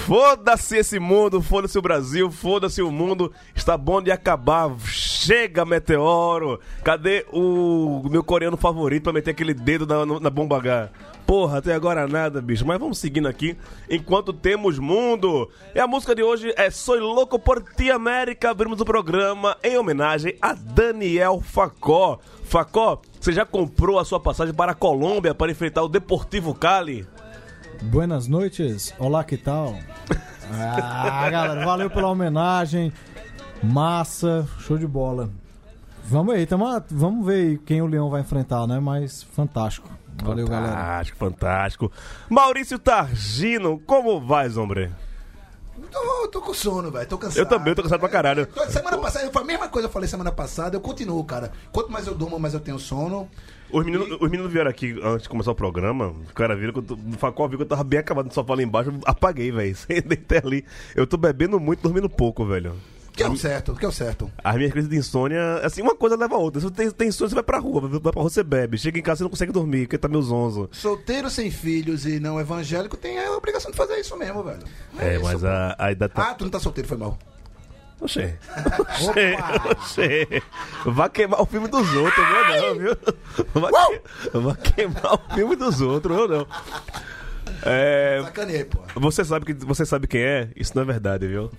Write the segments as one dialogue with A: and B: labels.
A: Foda-se esse mundo, foda-se o Brasil, foda-se o mundo. Está bom de acabar. Chega, meteoro. Cadê o meu coreano favorito pra meter aquele dedo na, no- na bomba H? Porra, até agora nada, bicho. Mas vamos seguindo aqui enquanto temos mundo. E a música de hoje é Soy Louco por Ti América. Abrimos o programa em homenagem a Daniel Facó. Facó, você já comprou a sua passagem para a Colômbia para enfrentar o Deportivo Cali?
B: Buenas noites, olá que tal? Ah, galera, valeu pela homenagem. Massa, show de bola. Vamos aí, tamo, vamos ver aí quem o Leão vai enfrentar, né? Mas fantástico. Valeu, galera.
A: Fantástico, fantástico. Maurício Targino, como vai, hombre?
C: Tô, tô com sono, velho. Tô cansado.
A: Eu também tô cansado pra caralho.
C: Tô- Semana passada, eu falei a mesma coisa que eu falei semana passada, eu continuo, cara. Quanto mais eu durmo, mais eu tenho sono.
A: Os meninos, os meninos vieram aqui antes de começar o programa. O cara viram que eu tô, o Facol viu que eu tava bem acabado no sofá lá embaixo. Eu apaguei, velho. Deitei ali. Eu tô bebendo muito, dormindo pouco, velho.
C: Que é
A: Hum.
C: o certo, que é o certo.
A: As minhas crises de insônia, assim, uma coisa leva a outra. Se você tem, tem insônia, você vai pra rua. Vai pra rua, você bebe. Chega em casa, você não consegue dormir, porque tá meio zonzo.
C: Solteiro sem filhos e não evangélico tem a obrigação de fazer isso mesmo, velho.
A: É,
C: isso,
A: mas
C: pô.
A: a, a idade tá
C: Ah, tu não tá solteiro, foi mal.
A: Oxê. Oxê. Oxê. Vai queimar o filme dos outros, eu não, viu? Vai, que- vai queimar o filme dos outros, eu não. É,
C: Sacanei, pô.
A: você, sabe que, você sabe quem é? Isso não é verdade, viu?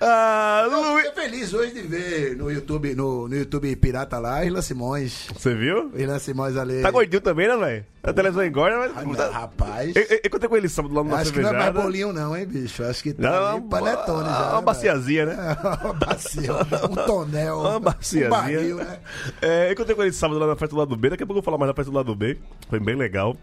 A: ah,
C: Eu
A: Luiz.
C: fiquei feliz hoje de ver no YouTube, no, no YouTube Pirata lá, Irlan Simões.
A: Você viu?
C: Irlan Simões ali.
A: Tá gordinho também, né, velho? A televisão engorda,
C: Ah,
A: mas.
C: mas, Rapaz.
A: Eu, eu, eu contei com ele sábado lá no
C: Acho que não é mais
A: cervejada.
C: bolinho, não, hein, bicho? Acho que
A: Não,
C: tá
A: é
C: ali
A: uma-
C: panetone já. né,
A: Uma
C: velho?
A: baciazinha, né?
C: É, uma bacia, um tonel.
A: Uma
C: Um
A: baciazinha.
C: barril, né?
A: É, eu encontrei com ele sábado lá na festa do lado B. Daqui a pouco eu vou falar mais da festa do lado B. Foi bem legal.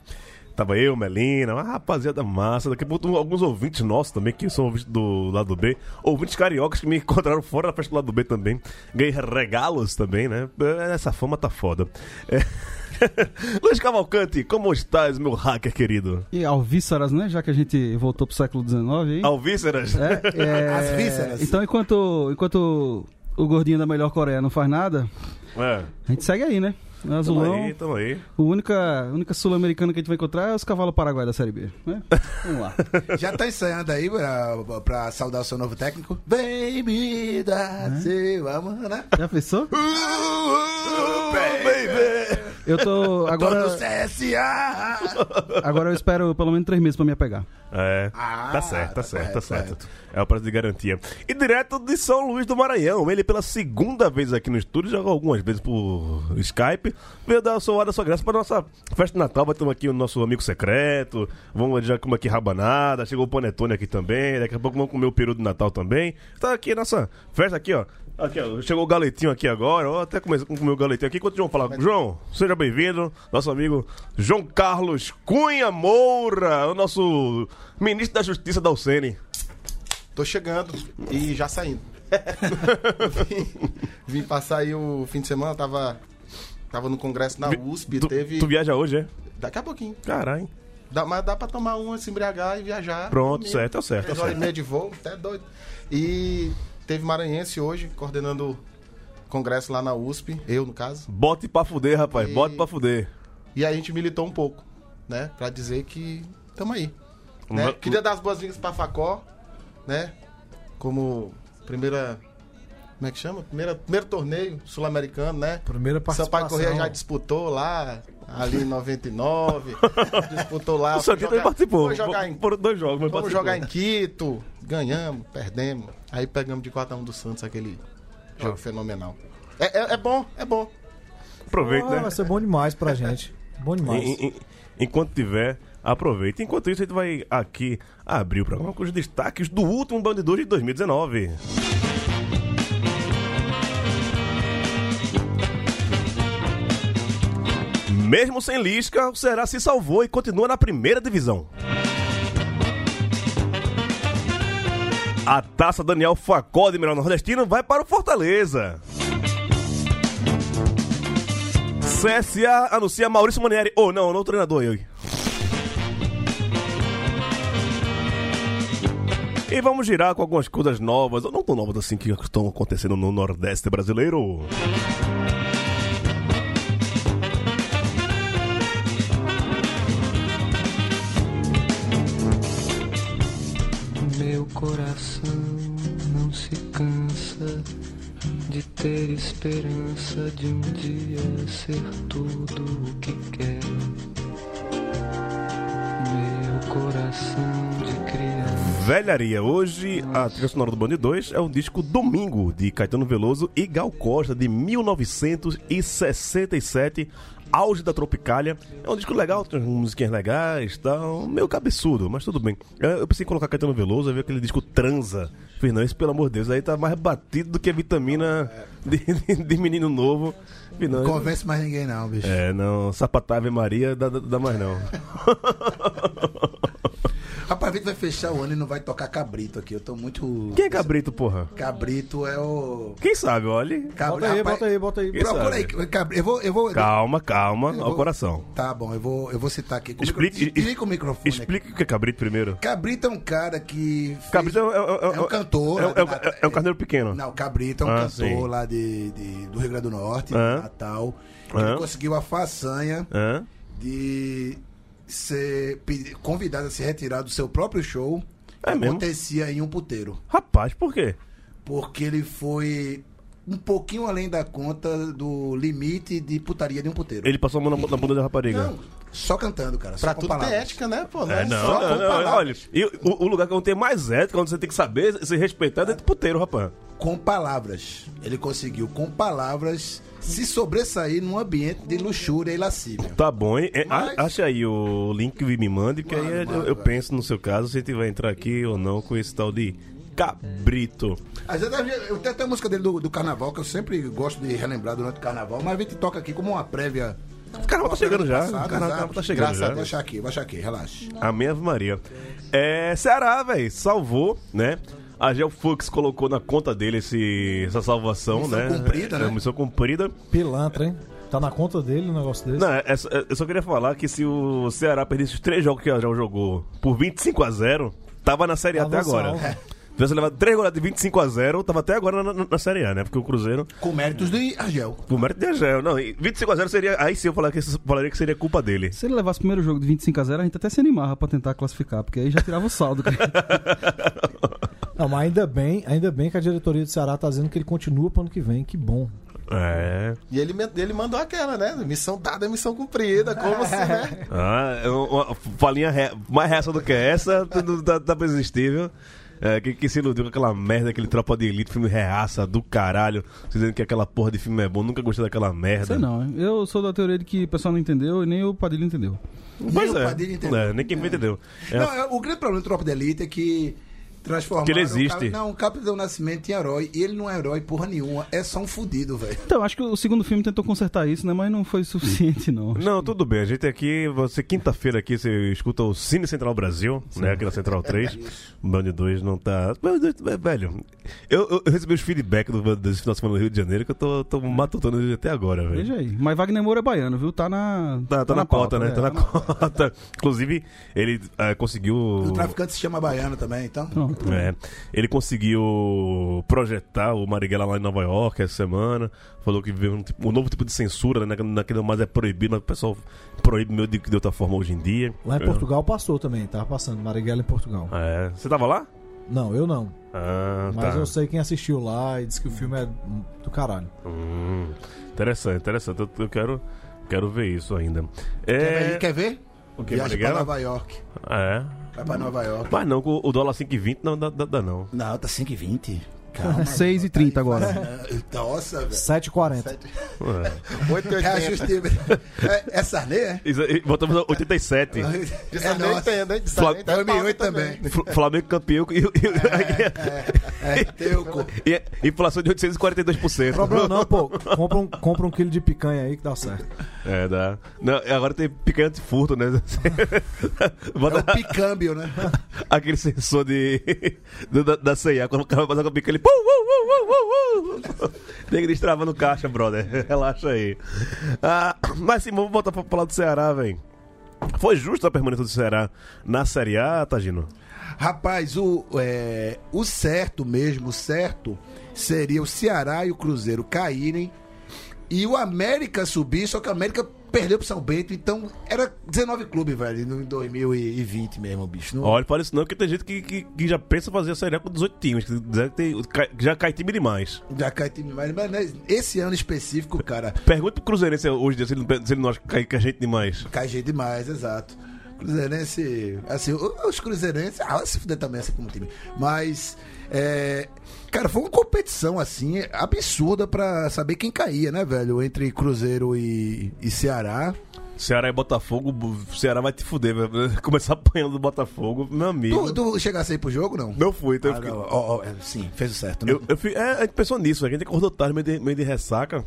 A: Tava eu, Melina, uma rapaziada massa. Daqui a pouco um- alguns ouvintes nossos também, que são ouvintes do lado B. Ouvintes cariocas que me encontraram fora da festa do lado B também. Ganhei regalos também, né? É, Essa fama tá foda. É. Luiz Cavalcante, como estás, meu hacker querido?
D: E alvíceras, né? Já que a gente voltou pro século XIX, hein?
A: Alvíceras?
D: É, é,
C: As vísceras.
D: Então, enquanto, enquanto o gordinho da melhor Coreia não faz nada,
A: É.
D: a gente segue aí, né?
A: Tamo
D: Azulão,
A: aí, tá. tamo aí.
D: o única, única sul-americana que a gente vai encontrar é os cavalos paraguai da Série B, né? Vamos lá.
C: Já tá ensaiando aí pra, pra saudar o seu novo técnico? Vem me dar seu amor, né?
D: Já pensou?
A: baby!
D: Eu tô...
C: Todo
D: Agora,
C: CSA!
D: agora eu espero pelo menos três meses pra me apegar.
A: É.
C: Ah,
A: tá certo, tá
C: tá
A: certo, tá
C: correto,
A: certo.
C: correto.
A: É o prazo de garantia. E direto de São Luís do Maranhão, ele pela segunda vez aqui no estúdio, já algumas vezes por Skype, veio dar o seu ar da sua graça para nossa festa de Natal. Vai ter aqui o nosso amigo secreto, vamos já comer aqui rabanada, chegou o panetone aqui também, daqui a pouco vamos comer o peru do Natal também. Tá aqui a nossa festa aqui, ó. Aqui, ó, chegou o galetinho aqui agora, ó, até começou com o meu galetinho aqui. Enquanto o João fala, João, seja bem-vindo, nosso amigo João Carlos Cunha Moura, o nosso ministro da Justiça da Alcene.
E: Tô chegando e já saindo. vim, vim passar aí o fim de semana, tava, tava no congresso na
A: Vi-
E: USP,
A: tu,
E: teve.
A: tu viaja hoje, é?
E: Daqui a pouquinho.
A: Caralho.
E: Dá- mas dá pra tomar uma, se embriagar e viajar.
A: Pronto,
E: Dormir.
A: certo, tá certo, tá
E: Três horas e
A: certo.
E: meia de voo, até doido. E teve Maranhense hoje, coordenando congresso lá na USP, eu no caso.
A: Bote pra fuder, rapaz.
E: E-
A: Bote pra fuder.
E: E a gente militou um pouco, né? Pra dizer que tamo aí.
A: Va-
E: Né? Queria dar as boas-vindas pra Facó, né? Como primeira. Como é que chama? Primeira, primeiro torneio sul-americano, né?
B: Primeira
E: Sampaio
B: participação.
E: Correia já disputou lá, ali em 99. disputou lá.
A: O Santinho
E: foi
A: também
E: Ah, jogar-
A: participou.
E: Foi jogar em
A: Foram dois jogos, mas
E: Vamos
A: participou.
E: jogar em Quito. Ganhamos, perdemos. Aí pegamos de 4x1 do Santos aquele jogo fenomenal. É, é- é bom, é bom.
A: Aproveita,
B: Ah,
A: né?
B: Vai ser bom demais pra gente. Bom demais.
A: En- en- en- enquanto tiver, aproveita. Enquanto isso, a gente vai aqui abrir o programa com os destaques do último Bandidouro de 2019. Mesmo sem Lisca, o Ceará se salvou e continua na primeira divisão. A taça Daniel Facó de Miral Nordestino vai para o Fortaleza. CSA anuncia Maurício Manieri. Ou não, não treinador eu. E vamos girar com algumas coisas novas, ou não tão novas assim, que estão acontecendo no Nordeste brasileiro.
F: Meu coração não se cansa de ter esperança de um dia ser tudo o que quer. Meu coração de criança.
A: Velharia. Hoje, a trilha sonora do Band 2 é o disco Domingo, de Caetano Veloso e Gal Costa, de 1967, auge da Tropicália. É um disco legal, tem umas musiquinhas legais, tal, meio cabeçudo, mas tudo bem. Eu eu pensei em colocar Caetano Veloso, aí veio aquele disco Transa. Fiz, não, esse, pelo amor de Deus, aí tá mais batido do que vitamina de, de- de menino novo. Fiz, não,
C: Não convence mais ninguém, não, bicho.
A: É, não, Sapatave Maria dá, dá- dá mais não.
C: Rapaz, a gente vai fechar o ano e não vai tocar cabrito aqui. Eu tô muito.
A: Quem é Cabrito, porra?
C: Cabrito é o.
A: Quem sabe, olha.
C: Cabrito.
B: Bota aí, bota aí, bota aí.
A: Quem
C: Procura
A: sabe?
C: aí, cabrito. Eu vou. Eu vou...
A: é. Calma, calma,
C: Eu
A: ao
C: vou-
A: coração.
C: Tá bom, eu vou, eu vou citar aqui. Com o
A: Explique-
C: micro- Explica o microfone. aqui.
A: Explica o que é cabrito primeiro.
C: Cabrito é um cara que. fez-
A: Cabrito é, um- é
C: É um cantor,
A: É, um- é um-
C: né?
A: é- é um carneiro pequeno.
C: Não, Cabrito é um
A: Ah,
C: cantor
A: sim.
C: lá de, de- do Rio Grande do Norte,
A: Ah.
C: de Natal. que
A: Ah.
C: Ele conseguiu a façanha
A: Hã?
C: de ser pe- convidado a se retirar do seu próprio show.
A: É
C: que
A: mesmo?
C: acontecia em um puteiro.
A: Rapaz, por quê?
C: Porque ele foi um pouquinho além da conta do limite de putaria de um puteiro.
A: Ele passou a mão na, na bunda da rapariga.
C: Não, só cantando, cara. Só
E: Pra
C: com
E: tudo
C: palavras.
E: tem ética, né, pô?
A: É, não,
E: só
A: não, não,
E: com palavras.
A: olha, e o, o lugar que não tem mais ética, onde você tem que saber se respeitar, é dentro do puteiro, rapaz.
C: com palavras. Ele conseguiu, com palavras, se sobressair num ambiente de luxúria e lascívia.
A: Tá bom, hein? É, a-
C: Mas-
A: Acha aí o link e me mande, que aí
C: Mano,
A: eu-
C: mano,
A: eu,
C: velho.
A: penso no seu caso se ele vai entrar aqui ou não com esse tal de cabrito.
C: Às vezes, eu tenho até a música dele do, do carnaval, que eu sempre gosto de relembrar durante o carnaval, mas a gente toca aqui como uma prévia.
A: O carnaval tá chegando já. O
C: Passado,
A: carnaval
C: exato.
A: tá chegando
C: Graças
A: já.
C: a Deus. Vou achar aqui, vou achar aqui, relaxa.
A: Amém, Ave Maria. É, Ceará, velho, salvou, né? A Geofux colocou na conta dele esse, essa salvação,
C: Missão
A: né?
C: cumprida,
A: é,
C: né?
A: Missão cumprida.
B: Pilantra, hein? Tá na conta dele um negócio desse.
A: Não, é- é só- é- eu só queria falar que se o Ceará perdesse os três jogos que já jogou por 25 a 0 tava na Série A até
B: Tava
A: agora.
B: salvo.
A: Tivesse levado três goleadas de 25 a 0 tava até agora na, na- na Série A, né? Porque o Cruzeiro,
C: Com méritos de Argel.
A: por mérito de Agel, não, e 25 a 0 seria. Aí sim eu falar que, falaria que seria culpa dele.
D: Se ele levasse o primeiro jogo de 25 a 0 a gente até se animava pra tentar classificar, porque aí já tirava o saldo, cara.
B: Não, mas ainda bem, ainda bem que a diretoria do Ceará tá dizendo que ele continua pro ano que vem. Que bom.
A: É.
E: E ele, me- ele mandou aquela, né? Missão dada, missão cumprida. Como assim, né?
A: Ah, é uma uma falinha re- mais reaça do que essa, tudo dá, dá pra existir, viu? É, que, que se iludiu com aquela merda, aquele tropa de elite, filme reaça do caralho, dizendo que aquela porra de filme é bom, nunca gostei daquela merda.
D: Sei não, hein? eu sou da teoria de que o pessoal não entendeu e nem o Padilha entendeu.
A: Pois
C: Nem o
A: é,
C: Padilha entendeu.
A: É, nem quem entendeu. É,
C: Não, é, o grande problema do Tropa de Elite é que transformaram
A: Que ele
C: o
A: existe.
C: Cap- não, o Capitão Nascimento em herói. E ele não é herói porra nenhuma. É só um fudido, velho.
D: Então, acho que o segundo filme tentou consertar isso, né? Mas não foi suficiente, não.
A: Não, tudo bem. A gente é aqui, você quinta-feira aqui, você escuta o Cine Central Brasil, né? Aqui na Central 3. O Band 2 não tá. Band 2, é, velho, eu, eu- eu recebi os feedback do Band 2 final de semana no Rio de Janeiro que eu tô, tô matutando ele até agora, velho.
D: Veja aí. Mas Wagner Moura é baiano, viu? Tá na.
A: Tá, tá na pauta, né?
D: é,
A: Tá na pauta. Inclusive, ele ah, conseguiu.
C: O traficante se chama Baiano também, então.
D: Pronto.
A: É, ele conseguiu projetar o Marighella lá em Nova York essa semana. Falou que veio um, tipo- um novo tipo de censura, né? Naquilo mais é proibido, mas o pessoal proíbe meio de, de outra forma hoje em dia.
B: Lá em Portugal passou também, tava passando Marighella em Portugal.
A: É. Você tava lá?
B: Não, eu não.
A: Ah,
B: Mas
A: tá.
B: eu sei quem assistiu lá e disse que o filme é do caralho.
A: Hum, interessante, interessante. Eu, eu quero, quero ver isso ainda.
C: Quer ver?
A: É.
C: Quer ver?
A: O que,
C: Viaja pra
A: Marighella?
C: Nova York.
A: É.
C: Vai pra Nova York.
A: Mas não, o o dólar 5,20 não dá, dá- dá não.
C: Não, tá 5h20.
D: É
C: Calma.
D: 6h30 agora.
C: Nossa, velho.
B: 7h40.
A: É.
E: 880.
C: Reajuste. É, é Sarney, é?
A: Isso aí, Voltamos a 87.
E: De
C: É
E: Sarney
C: nossa.
E: tem, né? De
A: Fla-
E: Sarney tem
C: 2008
E: pauta
C: também.
A: Fl- Flamengo campeão. E, e-
C: É, teuco.
A: e- e- inflação de 842%.
B: Problema não, pô. Compra um, compra um quilo de picanha aí que dá certo.
A: É, dá. Não, agora tem picanha de furto, né?
C: É
A: Bota
C: o
E: um
C: picâmbio, né?
A: aquele sensor de, do- da, da CIA. Quando o cara vai passar com a pica, ele. pum, uh, uh, uh, uh, uh. Tem que destravar no caixa, brother. Relaxa aí. Ah, mas sim, vamos voltar pra falar do Ceará, velho. Foi justa a permanência do Ceará na Série A, Tagino?
C: Rapaz, o, é, o certo mesmo, o certo, seria o Ceará e o Cruzeiro caírem e o América subir, só que o América perdeu pro São Bento, então era 19 clubes, velho, no- em 2020 mesmo, bicho. Não,
A: Olha, fala isso não, que tem gente que, que, que já pensa em fazer a Série A com 18 times. Que já, tem- que já cai time demais.
C: já cai time mais, mas né, esse ano específico, cara,
A: Pergunta pro Cruzeirense hoje em dia se ele, não- se ele não acha que cai, que a gente demais.
C: cai jeito demais, exato. Cruzeirense, assim, o- os Cruzeirenses, ah, se fuder também assim como time. Mas, é, cara, foi uma competição, assim, absurda pra saber quem caía, né, velho? Entre Cruzeiro e, e Ceará.
A: Ceará e Botafogo, o Ceará vai te fuder, velho. Começar apanhando do Botafogo, meu amigo.
C: Tu, tu chegasse aí pro jogo, não?
A: Não fui, então
C: Ah,
A: eu fiquei.
C: não. Ó, ó, é, sim, fez o certo, né?
A: Eu, eu fui, é, a gente pensou nisso, a gente acordou tarde, meio de, meio de ressaca.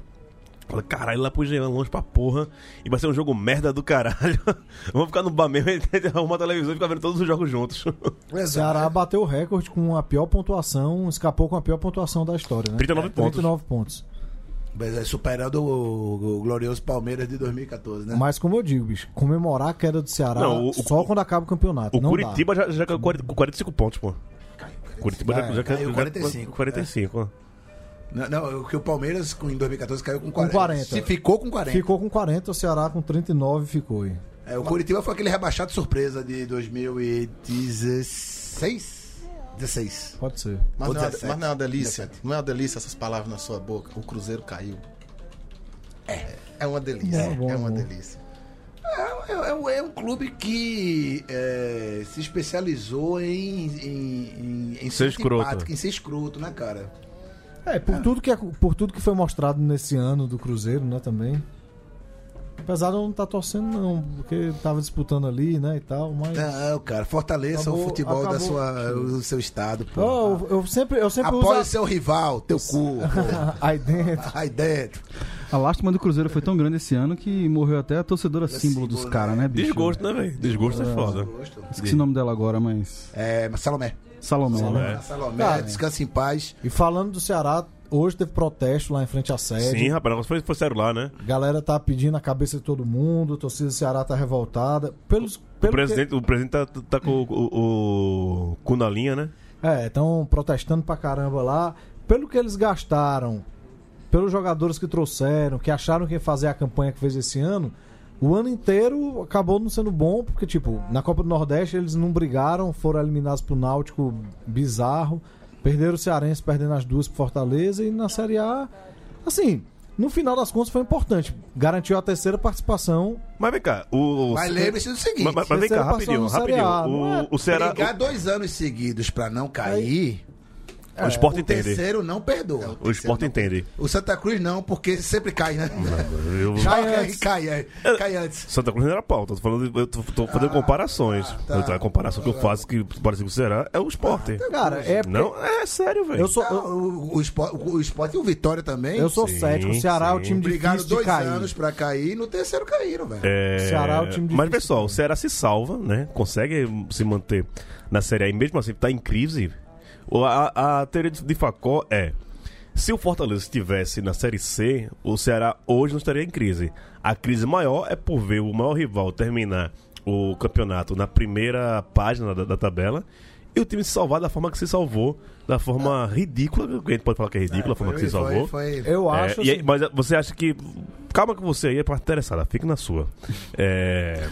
A: Falei, caralho, lá pro Jean, longe pra porra. E vai ser um jogo merda do caralho. Vamos ficar no bar mesmo, a gente arruma a televisão e fica vendo todos os jogos juntos.
B: O
C: é
B: Ceará bateu o recorde com a pior pontuação, escapou com a pior pontuação da história, né?
A: 39 pontos.
B: 39 pontos.
C: Mas é superando o, o glorioso Palmeiras de 2014, né?
B: Mas como eu digo, bicho, comemorar a queda do Ceará
A: Não, o- o-
B: só quando acaba o campeonato.
A: O
B: não
A: Curitiba já, já caiu 40 com 45 pontos, pô. Curitiba já,
B: Ah, é.
A: já
C: Caiu 45,
A: 45.
C: é. Não, não, o que o Palmeiras com- em 2014 caiu com 40.
B: 40.
C: Se ficou com
B: dá.
C: 40.
B: Ficou com 40, o Ceará com 39 ficou aí.
C: É, o Curitiba foi aquele rebaixado surpresa de 2016? 16.
B: Pode ser.
E: Mas
C: Ou
E: não, é, uma-
C: 17.
E: mas não é uma delícia.
C: 17.
E: Não é uma delícia essas palavras na sua boca. O Cruzeiro caiu. É. É uma delícia.
B: É.
E: É,
B: Bom,
E: uma
B: bom.
E: delícia.
C: É, é um- é um clube que é, se especializou em, em, em, em
A: Ser
C: simpático,
A: escroto.
C: em ser escroto, né, cara?
B: É, por, Tudo que, é- por tudo que foi mostrado nesse ano do Cruzeiro, né, também. Apesar de eu não estar torcendo, não, porque tava disputando ali, né, e tal, mas.
C: Não, cara, fortaleça
B: Acabou-
C: o futebol da
B: acabou.
C: sua, do seu estado, pô.
B: Ó, eu, eu sempre, eu sempre
C: Apoie o
B: uso
C: seu rival, teu cu, pô.
B: a... aí dentro.
C: Aí dentro.
D: A lástima do Cruzeiro foi tão grande esse ano que morreu até a torcedora símbolo, dos
C: símbolo,
D: caras, né, bicho?
A: Desgosto, né, velho? Desgosto é foda.
D: Esqueci o nome dela agora, mas.
C: É, mas Salomé.
D: Salomé. né?
A: É.
C: Salomé,
B: Ah, é.
C: descansa em paz.
B: E falando do Ceará, hoje teve protesto lá em frente à sede.
A: Sim, rapaz, foi, foi sério lá, né?
B: A galera tá pedindo a cabeça de todo mundo, a torcida do Ceará tá revoltada. Pelos,
A: O
B: pelo
A: presidente, o presidente tá, tá com o, o, o cu na linha, né?
B: que- é, estão protestando pra caramba lá. Pelo que eles gastaram, pelos jogadores que trouxeram, que acharam que ia fazer a campanha que fez esse ano, o ano inteiro acabou não sendo bom, porque, tipo, na Copa do Nordeste eles não brigaram, foram eliminados pro Náutico bizarro, perderam o Cearense perdendo as duas pro Fortaleza e na Série A, assim, no final das contas foi importante. Garantiu a terceira participação
A: Mas vem cá, o. o-
C: Mas lembre-se do seguinte:
A: Mas, mas- mas vem
B: Terceira
A: cá,
B: passou
A: rapidinho,
B: no Série
A: rapidinho.
B: A, não
A: O,
B: é?
A: o Ceará.
C: brigar dois anos seguidos pra não cair
A: É, o esporte
C: O
A: entende.
C: terceiro não perdoa.
A: O esporte entende.
C: O Santa Cruz não, porque sempre cai, né?
A: Eu-
C: Cai
B: antes.
C: antes. Cai, é. cai antes.
A: Santa Cruz não era pauta, eu tô, falando, eu tô, tô fazendo comparações.
C: tá.
A: A comparação que eu faço, que parece que será, é o esporte.
B: Cara, é porque
A: Não, é sério, velho.
B: eu sou,
C: Ah,
B: eu,
C: O, o, esporte, o esporte e o Vitória também.
B: eu sou
A: Sim,
B: cético. O Ceará é o
A: sim.
B: time
C: Brigaram
B: difícil de
C: dois
B: cair.
C: anos pra cair e no terceiro caíram, velho.
A: É,
B: Ceará é o time
A: Mas,
B: difícil,
A: pessoal, o Ceará se salva, né? Consegue se manter na Série A, e mesmo assim tá em crise. O- A, a teoria de, de Facó é: se o Fortaleza estivesse na Série C, o Ceará hoje não estaria em crise. A crise maior é por ver o maior rival terminar o campeonato na primeira página da, da tabela. E o time se salvar da forma que se salvou, da forma ridícula, que a gente pode falar que é ridícula a forma que se salvou.
C: foi, foi-
B: Eu
A: É,
B: acho.
A: e aí-
B: assim,
A: mas você acha que. Calma que você aí é parte interessada, fique na sua. É,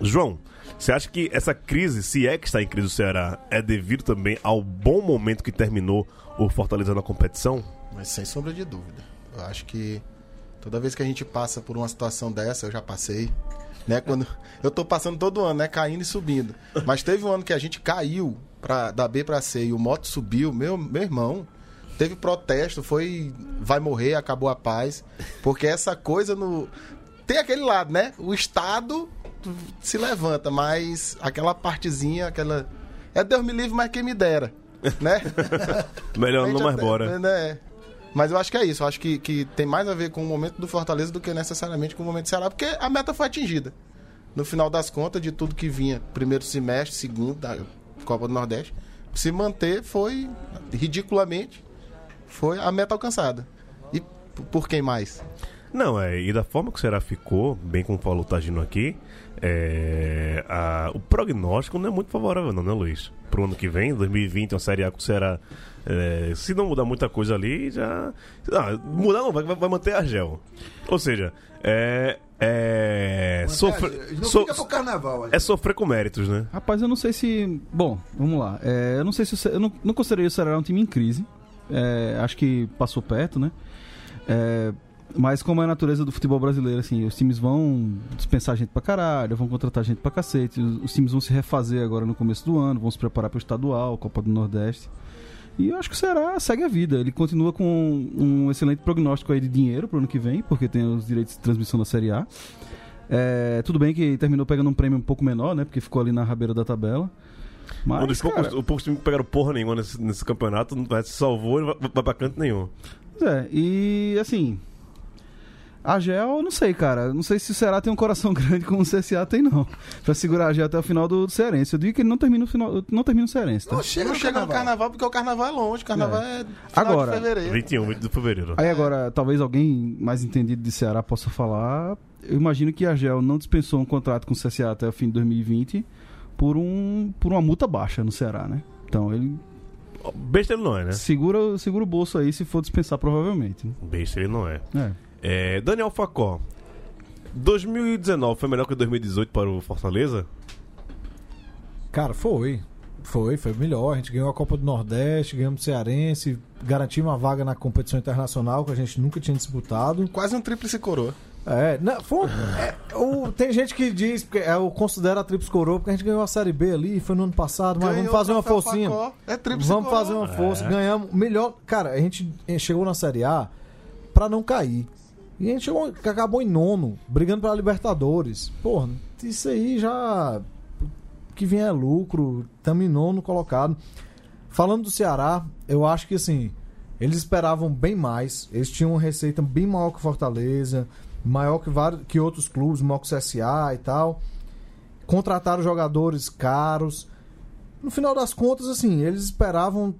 A: João, você acha que essa crise, se é que está em crise o Ceará, é devido também ao bom momento que terminou o Fortaleza na competição?
E: Mas sem sombra de dúvida. Eu acho que toda vez que a gente passa por uma situação dessa, eu já passei. Né? Quando, eu tô passando todo ano, né? Caindo e subindo. Mas teve um ano que a gente caiu pra, da B pra C e o moto subiu. Meu, meu irmão, teve protesto, foi. Vai morrer, acabou a paz. Porque essa coisa no. Tem aquele lado, né? O Estado se levanta, mas aquela partezinha, aquela. É Deus me livre, mas quem me dera. Né?
A: Melhor não
E: Realmente
A: mais
E: até-
A: bora.
E: né? Mas eu acho que é isso. Eu acho que, que tem mais a ver com o momento do Fortaleza do que necessariamente com o momento do Ceará, porque a meta foi atingida. No final das contas, de tudo que vinha, primeiro semestre, segundo, da Copa do Nordeste, se manter foi, ridiculamente, foi a meta alcançada. E p- por quem mais?
A: Não, é, e da forma que o Ceará ficou, bem como falou o Tagino aqui, é, a- o prognóstico não é muito favorável, não, né, Luiz? Pro ano que vem, 2020, uma Série A com o Ceará. é, se não mudar muita coisa ali, já. Não, mudar não, vai, vai manter a gel. Ou seja, é. É, sofre,
C: Não
A: so-
C: fica pro carnaval.
A: é sofrer com méritos, né?
D: Rapaz, eu não sei se. Bom, vamos lá. É, eu não sei se. o Ce- Eu não, não considerei o Ceará um time em crise. É, acho que passou perto, né? É, mas como é a natureza do futebol brasileiro, assim, os times vão dispensar gente pra caralho, vão contratar gente pra cacete, os, os times vão se refazer agora no começo do ano, vão se preparar pro estadual, Copa do Nordeste. E eu acho que o Ceará segue a vida. Ele continua com um excelente prognóstico aí de dinheiro pro ano que vem, porque tem os direitos de transmissão da Série A. É, tudo bem que terminou pegando um prêmio um pouco menor, né? Porque ficou ali na rabeira da tabela.
A: um dos
D: Mas, cara,
A: poucos, o poucos times que pegaram porra nenhuma nesse, nesse campeonato, não vai se salvou e não vai, vai pra canto nenhum.
D: pois é, e assim. A Gel, não sei, cara. Não sei se o Ceará tem um coração grande como o CSA tem, não. Pra segurar a Gel até o final do, do Cearense. Eu digo que ele não termina o final. Não termina o Cearense, tá?
C: Não chega,
E: não
C: no
E: chega no
C: carnaval.
E: carnaval, porque o carnaval é longe, o carnaval é, final
D: Agora,
E: de fevereiro.
A: 21, 20 de fevereiro.
D: Aí agora, talvez alguém mais entendido de Ceará possa falar. Eu imagino que a Gel não dispensou um contrato com o CSA até o fim de 2020 por, um, por uma multa baixa no Ceará, né? Então ele
A: Besta ele não é, né?
D: Segura, segura o bolso aí se for dispensar, provavelmente. né?
A: Besta ele não é.
D: É.
A: É, Daniel Facó, 2019 foi melhor que 2018 para o Fortaleza?
B: Cara, foi. Foi, foi melhor. A gente ganhou a Copa do Nordeste, ganhamos o Cearense, garantimos uma vaga na competição internacional que a gente nunca tinha disputado.
E: Quase um tríplice coroa.
B: É, não, foi, é, o- tem gente que diz, porque é, eu considero a Trips Coroa, porque a gente ganhou a Série B ali, foi no ano passado, mas
E: Ganhou
B: vamos fazer
E: o
B: uma
E: troféu
B: forcinha.
E: Facó, É tríplice
B: Vamos
E: coroa.
B: fazer uma força, ganhamos. Melhor. Cara, a gente eh, chegou na Série A pra não cair. E a gente chegou, acabou em nono, brigando pela Libertadores. Porra, isso aí já. o Que vinha é lucro, tamo em nono colocado. Falando do Ceará, eu acho que assim, eles esperavam bem mais. Eles tinham uma receita bem maior que o Fortaleza, maior que, vários, que outros clubes, maior que o CSA e tal. Contrataram jogadores caros no final das contas, assim, eles esperavam.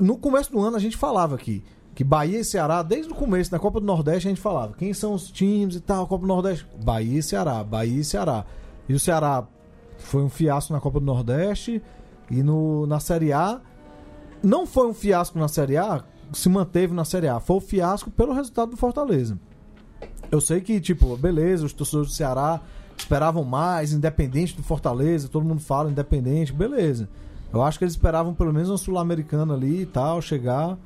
B: No começo do ano a gente falava aqui que Bahia e Ceará, desde o começo, na Copa do Nordeste, a gente falava quem são os times e tal, Copa do Nordeste. Bahia e Ceará, Bahia e Ceará. E o Ceará foi um fiasco na Copa do Nordeste e no, na Série A. Não foi um fiasco na Série A, se manteve na Série A. Foi um fiasco pelo resultado do Fortaleza. Eu sei que, tipo, beleza, os torcedores do Ceará esperavam mais, independente do Fortaleza, todo mundo fala independente, beleza. Eu acho que eles esperavam pelo menos uma Sul-Americana ali e tal, chegar.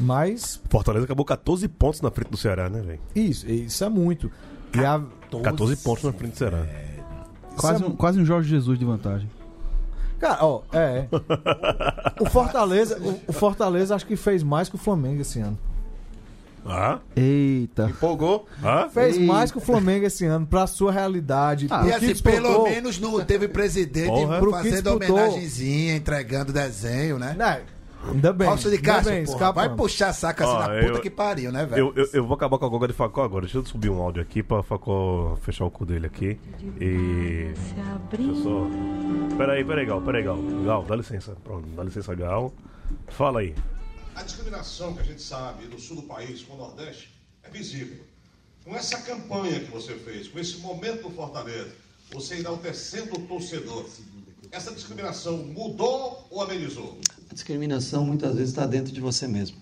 B: Mas,
A: Fortaleza acabou 14 pontos na frente do Ceará, né, velho?
B: isso, isso é muito. E a, é
A: 14 pontos na frente do Ceará.
D: um. Quase, um, quase um Jorge Jesus de vantagem.
B: Cara, ó, é. O Fortaleza, o, o Fortaleza acho que fez mais que o Flamengo esse ano.
A: Ah,
D: Eita.
E: Empolgou?
A: ah.
B: Fez mais que o Flamengo esse ano pra sua realidade.
D: Ah,
B: pro
C: E
B: que
C: assim,
B: disputou.
C: pelo menos não teve presidente
A: Porra.
B: Pro que
C: fazendo
B: disputou.
C: homenagenzinha, entregando desenho, né?
B: Né? Ainda bem.
C: Falso de
B: ainda
C: Cássio,
B: bem,
C: porra,
B: escapamos.
C: vai puxar saco assim
A: Ó,
C: na
A: eu-
C: puta que pariu, né, velho?
A: Eu, eu, eu vou acabar com a goga de Facó agora. Deixa eu subir um áudio aqui pra Facó fechar o cu dele aqui. E.
G: Se
A: Deixa eu
G: abrir.
A: só. Peraí, peraí, Gal, peraí, Gal. Gal, dá licença. Pronto, dá licença, Gal. Fala aí.
H: A discriminação que a gente sabe do sul do país com o Nordeste é visível. Com essa campanha que você fez, com esse momento do Fortaleza, você enaltecendo o torcedor, essa discriminação mudou ou amenizou?
I: A discriminação muitas vezes está dentro de você mesmo.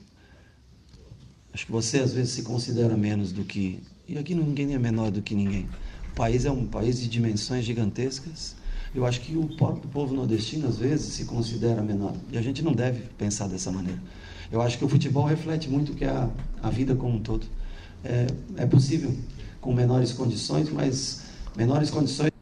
I: Acho que você às vezes se considera menos do que. E aqui ninguém é menor do que ninguém. O país é um país de dimensões gigantescas. Eu acho que o próprio povo nordestino às vezes se considera menor. E a gente não deve pensar dessa maneira. Eu acho que o futebol reflete muito o que é a, a vida como um todo. É, é possível com menores condições, mas menores condições.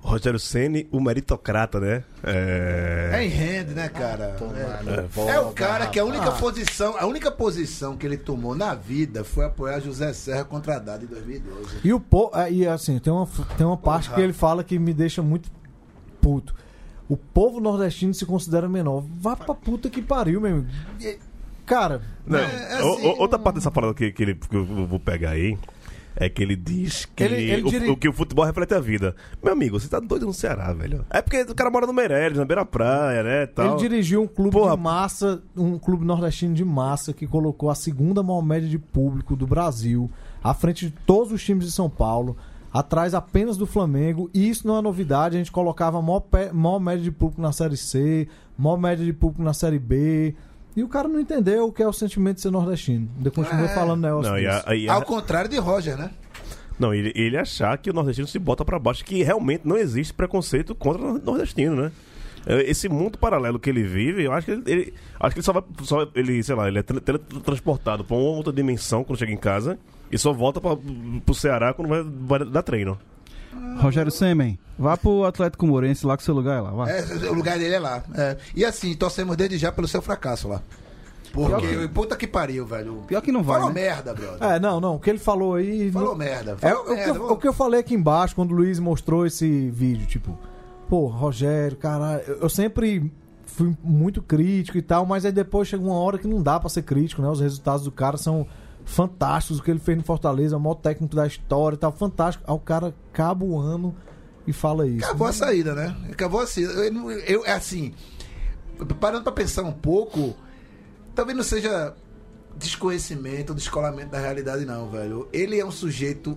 A: Rogério Ceni, o meritocrata, né?
C: É
A: É.
C: em rende, né, cara? É,
E: Tomara,
C: é o cara que a única
B: Ah.
C: posição, a única posição que ele tomou na vida foi apoiar José Serra contra a Dada em 2012.
B: E o po... é, E assim, tem uma, tem uma parte que ele fala que me deixa muito puto. O povo nordestino se considera menor. Vá pra puta que pariu, meu amigo. E- Cara,
A: Não,
C: é
A: o-
C: assim,
A: o- outra parte dessa parada que, que, ele, que eu vou pegar aí é que ele diz que,
B: Ele- ele
A: o,
B: diri-
A: o que o futebol reflete a vida. Meu amigo, você tá doido no Ceará, velho. É porque o cara mora no Meireles, na beira-praia, né? Tal.
B: ele dirigiu um clube
A: Porra.
B: de massa, um clube nordestino de massa, que colocou a segunda maior média de público do Brasil, à frente de todos os times de São Paulo, atrás apenas do Flamengo, e isso não é novidade, a gente colocava a maior, pe- maior média de público na Série C, maior média de público na Série B, e o cara não entendeu o que é o sentimento de ser nordestino. Ainda continua
A: É.
B: falando negócio
A: Não, e é- a,
B: disso.
A: aí a-
C: Ao contrário de Roger, né?
A: não ele, ele achar que o nordestino se bota pra baixo, que realmente não existe preconceito contra o nordestino, né? É, Esse mundo paralelo que ele vive, eu acho que ele, ele- acho que ele só vai, só ele, sei lá, ele é tra- tra- transportado pra uma outra dimensão quando chega em casa e só volta pra, pro Ceará quando vai, vai dar treino.
D: Rogério Semen, vá pro Atlético Morense lá que seu lugar é lá. Vá.
C: É, o lugar dele é lá. É. E assim, torcemos desde já pelo seu fracasso lá. Porque, puta que pariu, velho.
D: Pior que não vai,
C: Falou
D: né?
C: merda, brother.
B: É, não, não, o que ele falou aí...
C: Falou
B: não-
C: merda.
B: É,
C: Falou
B: o, que
C: merda.
B: eu, o que eu falei aqui embaixo, quando o Luiz mostrou esse vídeo, tipo, pô, Rogério, caralho, eu, eu sempre fui muito crítico e tal, mas aí depois chega uma hora que não dá pra ser crítico, né? Os resultados do cara são fantásticos, o que ele fez no Fortaleza, o maior técnico da história e tal, fantástico. Aí o cara acaba o ano e fala isso.
C: Acabou a saída, né? Acabou a saída. Eu, não- eu- é assim, parando pra pensar um pouco, talvez não seja desconhecimento, descolamento da realidade, não, velho. Ele é um sujeito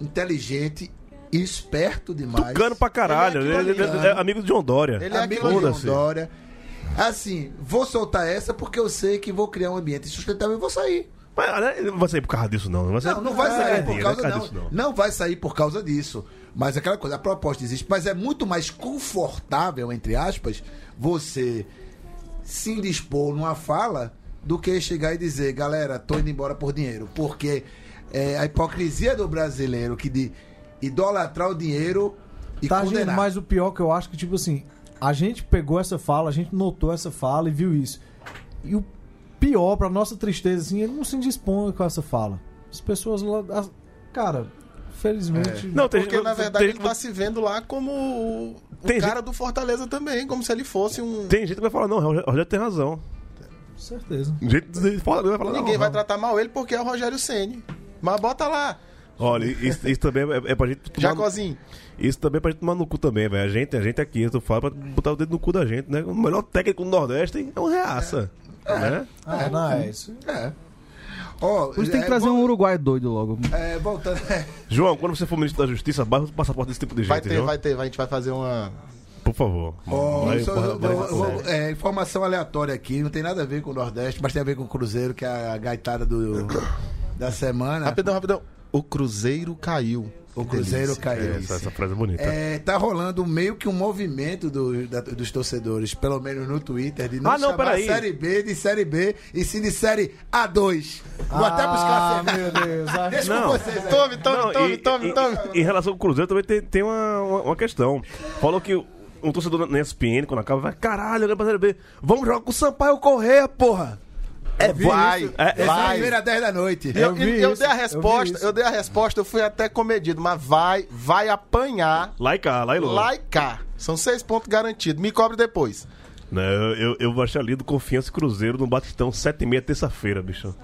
C: inteligente e esperto demais.
A: Tucano pra caralho.
E: Ele é
A: Ele,
E: aquilo
A: ele-
C: ali,
A: é amigo de João Dória.
E: Ele é
C: amigo
E: aquilo
C: de
A: ali.
C: Dória. Assim, vou soltar essa porque eu sei que vou criar um ambiente sustentável e vou sair.
A: Mas né, ele não vai sair por causa disso, não. Não vai sair,
C: Não, não vai sair
A: é,
C: por
A: não
C: causa
A: vai sair
C: não.
A: disso, não.
C: Não vai sair por causa disso. Mas aquela coisa, a proposta existe, mas é muito mais confortável, entre aspas, você se indispor numa fala do que chegar e dizer, galera, tô indo embora por dinheiro. Porque é, a hipocrisia do brasileiro que de idolatrar o dinheiro e
B: Tá, gente,
C: condenar.
B: mas o pior que eu acho que, tipo assim, a gente pegou essa fala, a gente notou essa fala e viu isso. E o pior, pra nossa tristeza, assim, ele não se dispõe com essa fala. As pessoas lá. as- cara, felizmente.
A: Não, tem
E: Porque,
A: gente-
E: na verdade,
A: tem,
E: ele tá se vendo lá como o, o
A: Tem
E: cara do Fortaleza também, como se ele fosse um.
A: tem gente que vai falar, não, o Rogério tem razão.
B: Com certeza.
A: Gente de fora vai falar,
E: Ninguém
A: não,
E: vai tratar mal ele porque é o Rogério Ceni. Mas bota lá,
A: Olha, isso, isso também é, é pra gente tomar.
E: Jacozinho.
A: Isso também é pra gente tomar no cu também, velho. A gente, a gente aqui, tu fala pra botar o dedo no cu da gente, né? O melhor técnico do Nordeste é um reaça. Né?
B: Ah, não, é isso.
C: É. Ó,
D: Por isso tem
C: é,
D: que trazer
C: vol-
D: um uruguaio doido logo.
C: é, voltando.
A: João, quando você for ministro da Justiça, barra o passaporte desse tipo de gente,
E: Vai ter,
A: viu?
E: vai ter, a gente vai fazer uma.
A: Por favor.
C: Ó,
A: Vai,
C: só-
A: porra,
C: eu
A: vai-
C: vou- eu vou- é, informação aleatória aqui, não tem nada a ver com o Nordeste, mas tem a ver com o Cruzeiro, que é a gaitada do, da semana.
E: Rapidão, rapidão. O Cruzeiro caiu.
C: O Cruzeiro caiu.
A: Essa, essa frase é bonita.
C: É, tá rolando meio que um movimento do- da- dos torcedores, pelo menos no Twitter, de não,
A: Ah, não,
C: chamar
A: peraí.
C: Série B de Série B e sim de Série A2. Vou até buscar a
B: Ah, meu Deus. ah.
C: Deixa
A: Não.
C: com vocês aí.
E: Tome, tome,
A: Não,
E: tome,
A: e-
E: tome,
A: e-
E: tome.
A: Em relação ao Cruzeiro também tem, tem uma, uma- uma questão. Falou que o, o um torcedor na ESPN, quando acaba, vai, caralho, olha pra Série B. Vamos jogar com o Sampaio Correia, porra. É,
E: vai,
A: É, é,
E: vai.
C: Primeira 10 da noite.
E: E Eu,
B: vi
E: e eu
B: isso,
E: dei a
B: eu vi
E: resposta,
B: isso.
E: eu, dei a resposta, eu fui até comedido, mas vai, vai apanhar
A: lá e cá, lá e lá.
E: lá e cá. São seis pontos garantidos. Me cobre depois.
A: Não, Né, eu, eu vou achar lido Confiança e Cruzeiro no Batistão, 7h30, terça-feira, bicho.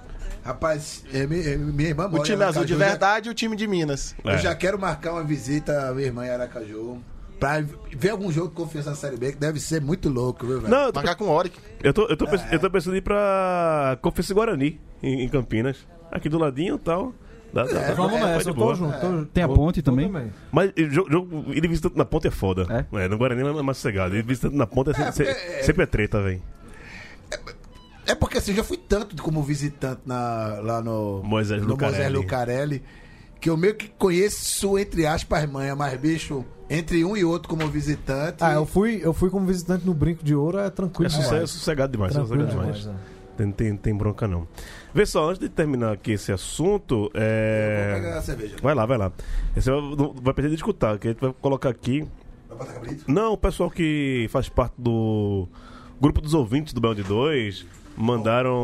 C: Rapaz, é, mi- é, minha irmã
E: O
C: mora em
E: time azul de
C: Aracaju, né?
E: verdade e o time de Minas.
A: É.
C: Eu já quero marcar uma visita à minha irmã em Aracaju pra ver algum jogo de confiança na Série B que deve ser muito louco, viu, velho?
A: Não, eu tô,
E: Marcar com o Oric.
A: eu tô, eu tô, pens- eu tô pensando em ir pra Confiança e Guarani, em, em Campinas. Aqui do ladinho e tal. Dá-
E: É,
A: dá- dá-
B: Vamos
A: vai de
B: nessa, eu tô
A: boa.
B: junto. tô-
D: Tem a
B: tô-
D: ponte
B: tô
D: também.
A: Mas ele jogo, jogo- ele visitando na ponta é foda. É? no Guarani é mais sossegado. Ele visitando na ponta é, se- se-
C: porque- é-
A: sempre é treta, velho.
C: É porque assim, eu já fui tanto como visitante na- lá no
A: Moisés
C: no
A: Lucarelli.
C: Moisés Lucarelli, que eu meio que conheço, entre aspas, manha, mas bicho, entre um e outro como visitante.
B: Ah, eu fui, eu fui como visitante no Brinco de Ouro, é
A: É,
B: tranquilo.
A: sosse- é
B: demais.
A: sossegado demais.
B: Tranquilo
A: sossegado demais.
B: demais, é.
A: Tem, tem, tem bronca não. Vê só, antes de terminar aqui esse assunto,
C: Vou
A: é.
C: pegar a cerveja.
A: Vai lá, vai lá. Você vai, não- vai perder de escutar, que a gente vai colocar aqui.
C: Vai botar cabrito?
A: Não, o pessoal que faz parte do grupo dos ouvintes do Bel de 2 mandaram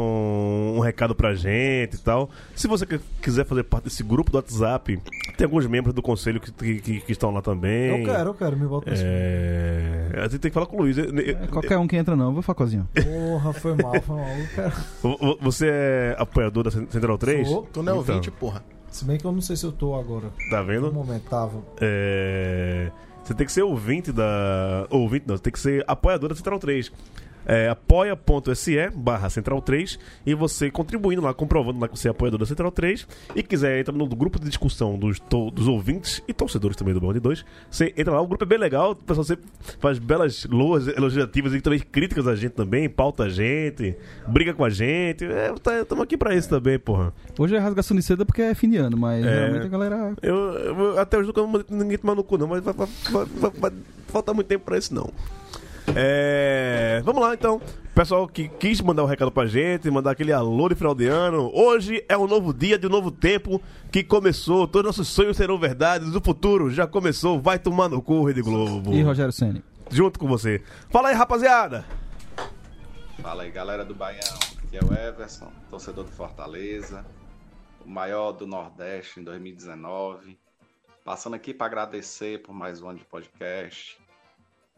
A: um recado pra gente e tal. Se você que- quiser fazer parte desse grupo do WhatsApp, tem alguns membros do conselho que, que- que- que estão lá também.
B: Eu quero, eu quero, me bota nesse.
A: É... A gente tem que falar com o Luiz. Eu- eu-
D: É, Qualquer um que entra não, viu, Facozinho?
B: É. Porra, foi mal, foi mal. Eu quero.
A: vo- vo- Você é apoiador da Cent- Central 3?
B: Sou.
E: Tu não é
A: Então.
E: ouvinte, porra.
B: Se bem que eu não sei se eu tô agora.
A: Tá
B: No
A: vendo?
B: momento, tava.
A: É, Você tem que ser ouvinte da. Ouvinte, não, você tem que ser apoiador da Central 3. É, apoia.se barra Central 3 e você contribuindo lá, comprovando lá que você é apoiador da Central 3 e quiser entrar no grupo de discussão dos, to- dos ouvintes e torcedores também do Bonde 2, você entra lá, o grupo é bem legal, o pessoal sempre faz belas loas elogiativas e também críticas a gente também, pauta a gente, briga com a gente, estamos aqui pra isso também, porra.
D: Hoje é rasgação de seda porque é fim de ano, mas
A: É.
D: geralmente a galera
A: Eu, eu- até hoje nunca mandei ninguém tomar no cu, não, mas vai, vai, vai- vai- vai faltar muito tempo pra isso, não. É, vamos lá então. Pessoal que quis mandar um recado pra gente, mandar aquele alô de final de ano. Hoje é um novo dia de um novo tempo que começou. Todos nossos sonhos serão verdades. O futuro já começou. Vai tomar no cu, Rede Globo.
D: e Rogério Ceni.
A: Junto com você. Fala aí, rapaziada.
G: Fala aí, galera do Baião. Aqui é o Everson, torcedor do Fortaleza, o maior do Nordeste em 2019. Passando aqui para agradecer por mais um ano de podcast,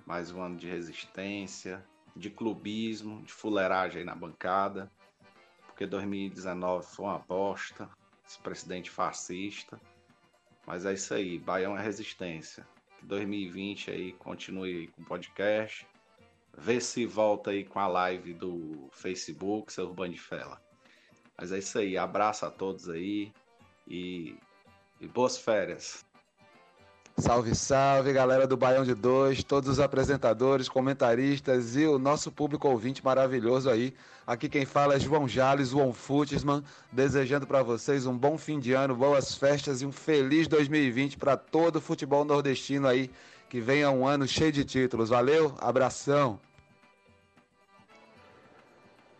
G: mais um ano de resistência, de clubismo, de fuleiragem aí na bancada, porque 2019 foi uma bosta, esse presidente fascista. Mas é isso aí, Baião é resistência. Que 2020 aí continue com o podcast. Vê se volta aí com a live do Facebook, seu Bandifela. Mas é isso aí, abraço a todos aí e, e boas férias.
J: Salve, salve, galera do Baião de Dois, todos os apresentadores, comentaristas e o nosso público ouvinte maravilhoso aí. Aqui quem fala é João Jales, João Futisman, desejando para vocês um bom fim de ano, boas festas e um feliz 2020 para todo o futebol nordestino aí. Que venha um ano cheio de títulos. Valeu, abração.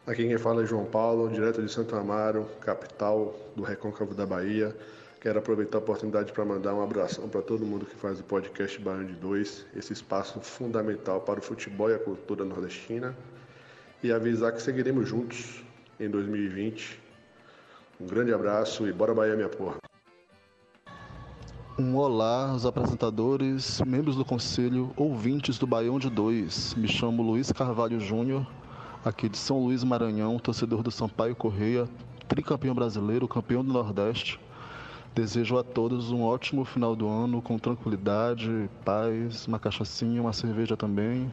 K: Aqui quem fala é João Paulo, direto de Santo Amaro, capital do Recôncavo da Bahia. Quero aproveitar a oportunidade para mandar um abração para todo mundo que faz o podcast Baiano de Dois, esse espaço fundamental para o futebol e a cultura nordestina, e avisar que seguiremos juntos em 2020. Um grande abraço e bora Bahia, minha porra!
J: Um olá aos apresentadores, membros do conselho, ouvintes do Baião de Dois. Me chamo Luiz Carvalho Júnior, aqui de São Luís, Maranhão, torcedor do Sampaio Correia, tricampeão brasileiro, campeão do Nordeste. Desejo a todos um ótimo final do ano, com tranquilidade, paz, uma cachaçinha, uma cerveja também.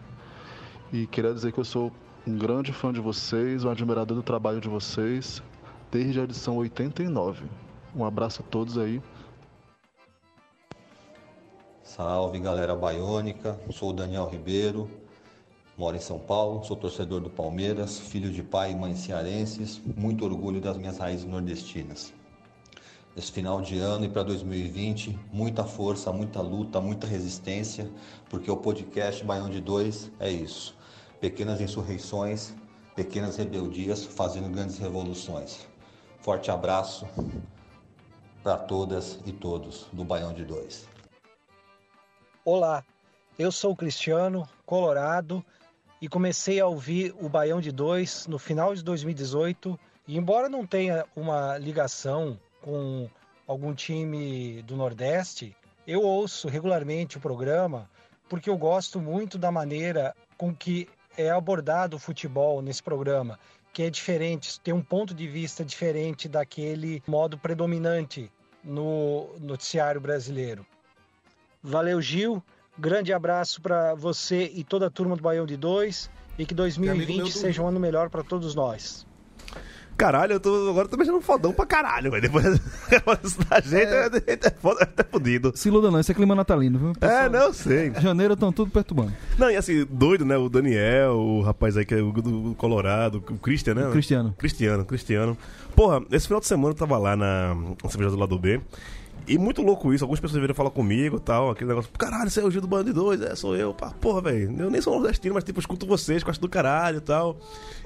J: E queria dizer que eu sou um grande fã de vocês, um admirador do trabalho de vocês, desde a edição 89. Um abraço a todos aí.
G: Salve galera baiônica, sou o Daniel Ribeiro, moro em São Paulo, sou torcedor do Palmeiras, filho de pai e mãe cearenses, muito orgulho das minhas raízes nordestinas. Esse final de ano e para 2020, muita força, muita luta, muita resistência, porque o podcast Baião de Dois é isso. Pequenas insurreições, pequenas rebeldias fazendo grandes revoluções. Forte abraço para todas e todos do Baião de Dois.
F: Olá,
L: Eu sou Cristiano, Colorado, e comecei a ouvir o Baião de Dois no final de 2018. E embora não tenha uma ligação com algum time do Nordeste, eu ouço regularmente o programa porque eu gosto muito da maneira com que é abordado o futebol nesse programa, que é diferente, tem um ponto de vista diferente daquele modo predominante no noticiário brasileiro. Valeu, Gil. Grande abraço para você e toda a turma do Baião de Dois e que
A: amigo meu
L: 2020
A: do-
L: seja um ano melhor para todos nós.
A: Caralho, eu tô, agora eu tô beijando um fodão pra caralho, velho. Depois isso da gente, é, é, foda, é até fodido.
D: Se iluda não, esse é clima natalino, viu?
A: É, não, eu sei.
D: Janeiro estão tudo perturbando.
A: Não, e assim, doido, né? O Daniel, o rapaz aí que é o do Colorado, o Christian, né?
D: O Cristiano.
A: Cristiano, Cristiano. Porra, esse final de semana eu tava lá na na cerveja do lado B. E muito louco isso, algumas pessoas vieram falar comigo e tal, aquele negócio, caralho, você é o Gil do Bando de Dois, é, sou eu, pá, porra, velho, eu nem sou nordestino, mas tipo, eu escuto vocês, gosto do caralho e tal.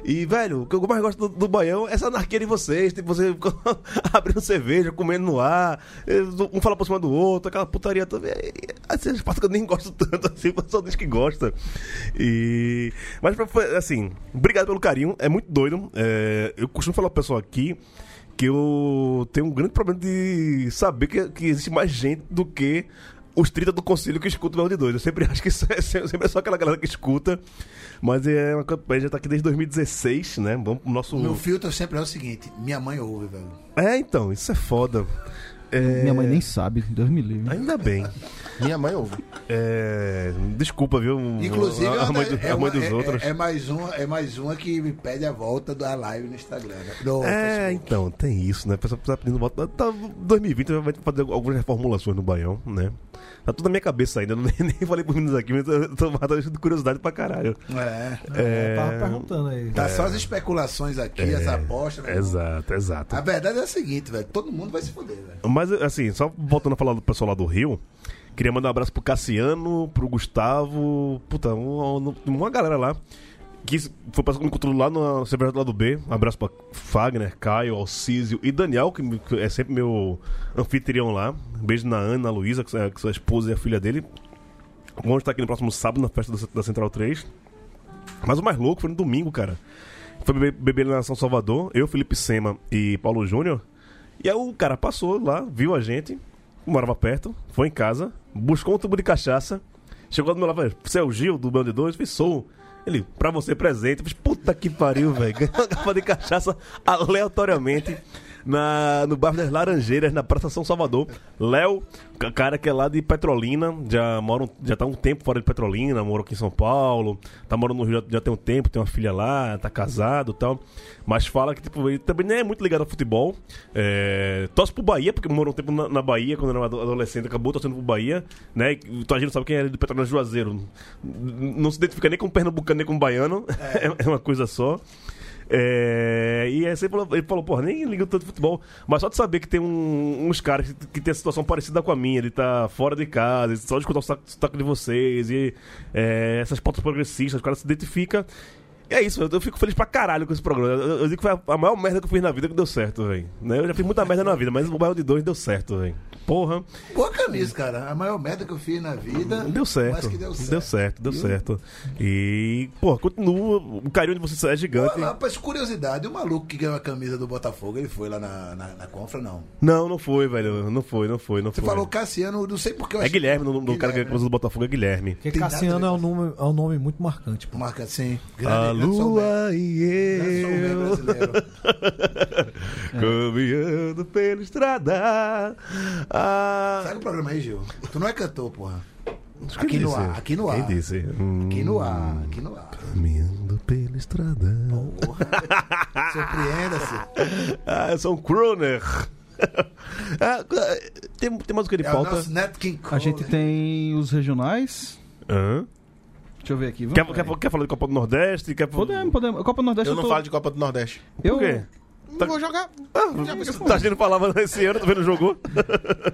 A: E, velho, o que eu mais gosto do, do Baião é essa anarquia de vocês, tipo, você abrindo cerveja, comendo no ar, eh, um fala por cima do outro, aquela putaria também. Assim, as partes que eu nem gosto tanto, assim, o pessoal diz que gosta. E. Mas, foi, assim, obrigado pelo carinho, é muito doido. É, eu costumo falar pro pessoal aqui que eu tenho um grande problema de saber que, que existe mais gente do que os 30 do conselho que escuta o Belo de Dois. Eu sempre acho que isso é, sempre é só aquela galera que escuta. Mas é uma campanha, já tá aqui desde 2016, né? Vamos pro nosso.
C: Meu filtro sempre é o seguinte: minha mãe ouve, velho.
A: É, então, isso é foda. É,
D: Minha mãe nem sabe, Deus me livre.
A: Ainda bem. É,
E: Minha mãe ouve.
A: Desculpa, viu?
C: Inclusive,
A: a, a mãe, do-
C: é,
A: a
C: uma,
A: mãe dos
C: é-
A: outros.
C: é- é mais uma, é mais uma que me pede a volta da live no Instagram. né? No
A: É, então, tem isso, né? O pessoal precisa pedindo voto. Tá, 2020 vai fazer algumas reformulações no Baião, né? Tá tudo na minha cabeça ainda, eu nem, nem falei pros meninos aqui, mas eu tô matando de curiosidade pra caralho.
C: É.
A: É,
C: Tava
B: perguntando aí.
C: Tá
A: É.
C: só as especulações aqui,
A: É.
C: as apostas. né?
A: Exato, exato.
C: A verdade é a seguinte, velho. Todo mundo vai se foder, velho.
A: Mas, assim, só voltando a falar do pessoal lá do Rio, queria mandar um abraço pro Cassiano, pro Gustavo, puta, uma, uma galera lá. Que foi pra me encontrou lá no Cerveja do Lado B. Um abraço pra Fagner, Caio, Alcísio e Daniel, que me- que é sempre meu anfitrião lá. Um beijo na Ana, na Luísa, que é sua esposa e a filha dele. Vamos estar aqui no próximo sábado na festa da- da Central 3. Mas o mais louco foi no domingo, cara. Foi beber, beber lá na São Salvador, eu, Felipe Sema e Paulo Júnior. E aí o cara passou lá, viu a gente, morava perto, foi em casa, buscou um tubo de cachaça, chegou do meu lado e falou: Você é o Gil do Bando de Dois? Eu falei, sou. Ele, pra você presente. Eu falei, puta que pariu, velho. Ganhei uma garrafa de cachaça aleatoriamente na, no bairro das Laranjeiras, na Praça São Salvador. Léo, ca- cara que é lá de Petrolina, já mora um- já tá um tempo fora de Petrolina, morou aqui em São Paulo, tá morando no Rio já, já tem um tempo, tem uma filha lá, tá casado e tal. Mas fala que, tipo, ele também não é muito ligado ao futebol. É, torce pro Bahia, porque morou um tempo na, na Bahia, quando era ado- adolescente, acabou torcendo pro Bahia, né? E A gente não sabe quem é do Petrolina Juazeiro. N- Não se identifica nem com pernambucano, nem com baiano. é uma coisa só. É, e aí você falou, ele falou, porra, nem liga tanto de futebol, mas só de saber que tem um- uns caras que, que tem a situação parecida com a minha, ele tá fora de casa, só de escutar o sotaque, sotaque de vocês, e é, essas pautas progressistas, o cara se identifica. E é isso, eu, eu fico feliz pra caralho com esse programa. Eu, eu digo que foi a, a maior merda que eu fiz na vida que deu certo, velho. Né? Eu já fiz muita merda na vida, mas o bairro de dois deu certo, velho. Porra.
C: Boa camisa, cara. A maior merda que eu fiz na vida.
A: Deu certo.
C: Mas que deu certo.
A: Deu certo, deu certo. E, porra, continua. O carinho de vocês é gigante.
C: Ah, Rapaz, curiosidade, o maluco que ganhou a camisa do Botafogo, ele foi lá na, na, na confra, não.
A: Não, não foi, velho. Não foi, não foi, não
C: Você
A: foi.
C: falou Cassiano, não sei porque eu
A: É Guilherme, o nome do cara que é camisa do Botafogo é Guilherme.
B: Porque Cassiano é um, nome, é um nome muito marcante. Pô.
C: Marca assim. sim.
A: A
C: né? um
A: lua e eu Caminhando pela estrada ah...
C: Sabe o programa aí, Gil? Tu não é cantor, porra.
A: Quem
C: Aqui no
A: disse?
C: ar, aqui no ar.
A: Quem disse?
C: Aqui no ar, Oh. aqui no ar.
A: Caminhando pela estrada
C: Surpreenda-se.
A: Ah, eu sou um crooner Ah, tem, tem mais o que
C: É
A: de pauta?
D: A gente tem os regionais.
A: Hã?
D: Deixa eu ver aqui. É,
A: Quer, quer, quer falar de Copa do Nordeste? Quer...
D: Podemos, podemos. Copa do Nordeste
E: Eu não
D: tô-
E: falo de né? Copa do Nordeste.
D: Eu-
A: Por quê?
E: Não vou jogar. Já pensou?
A: Tá achando palavra nesse ano, tu vendo jogou?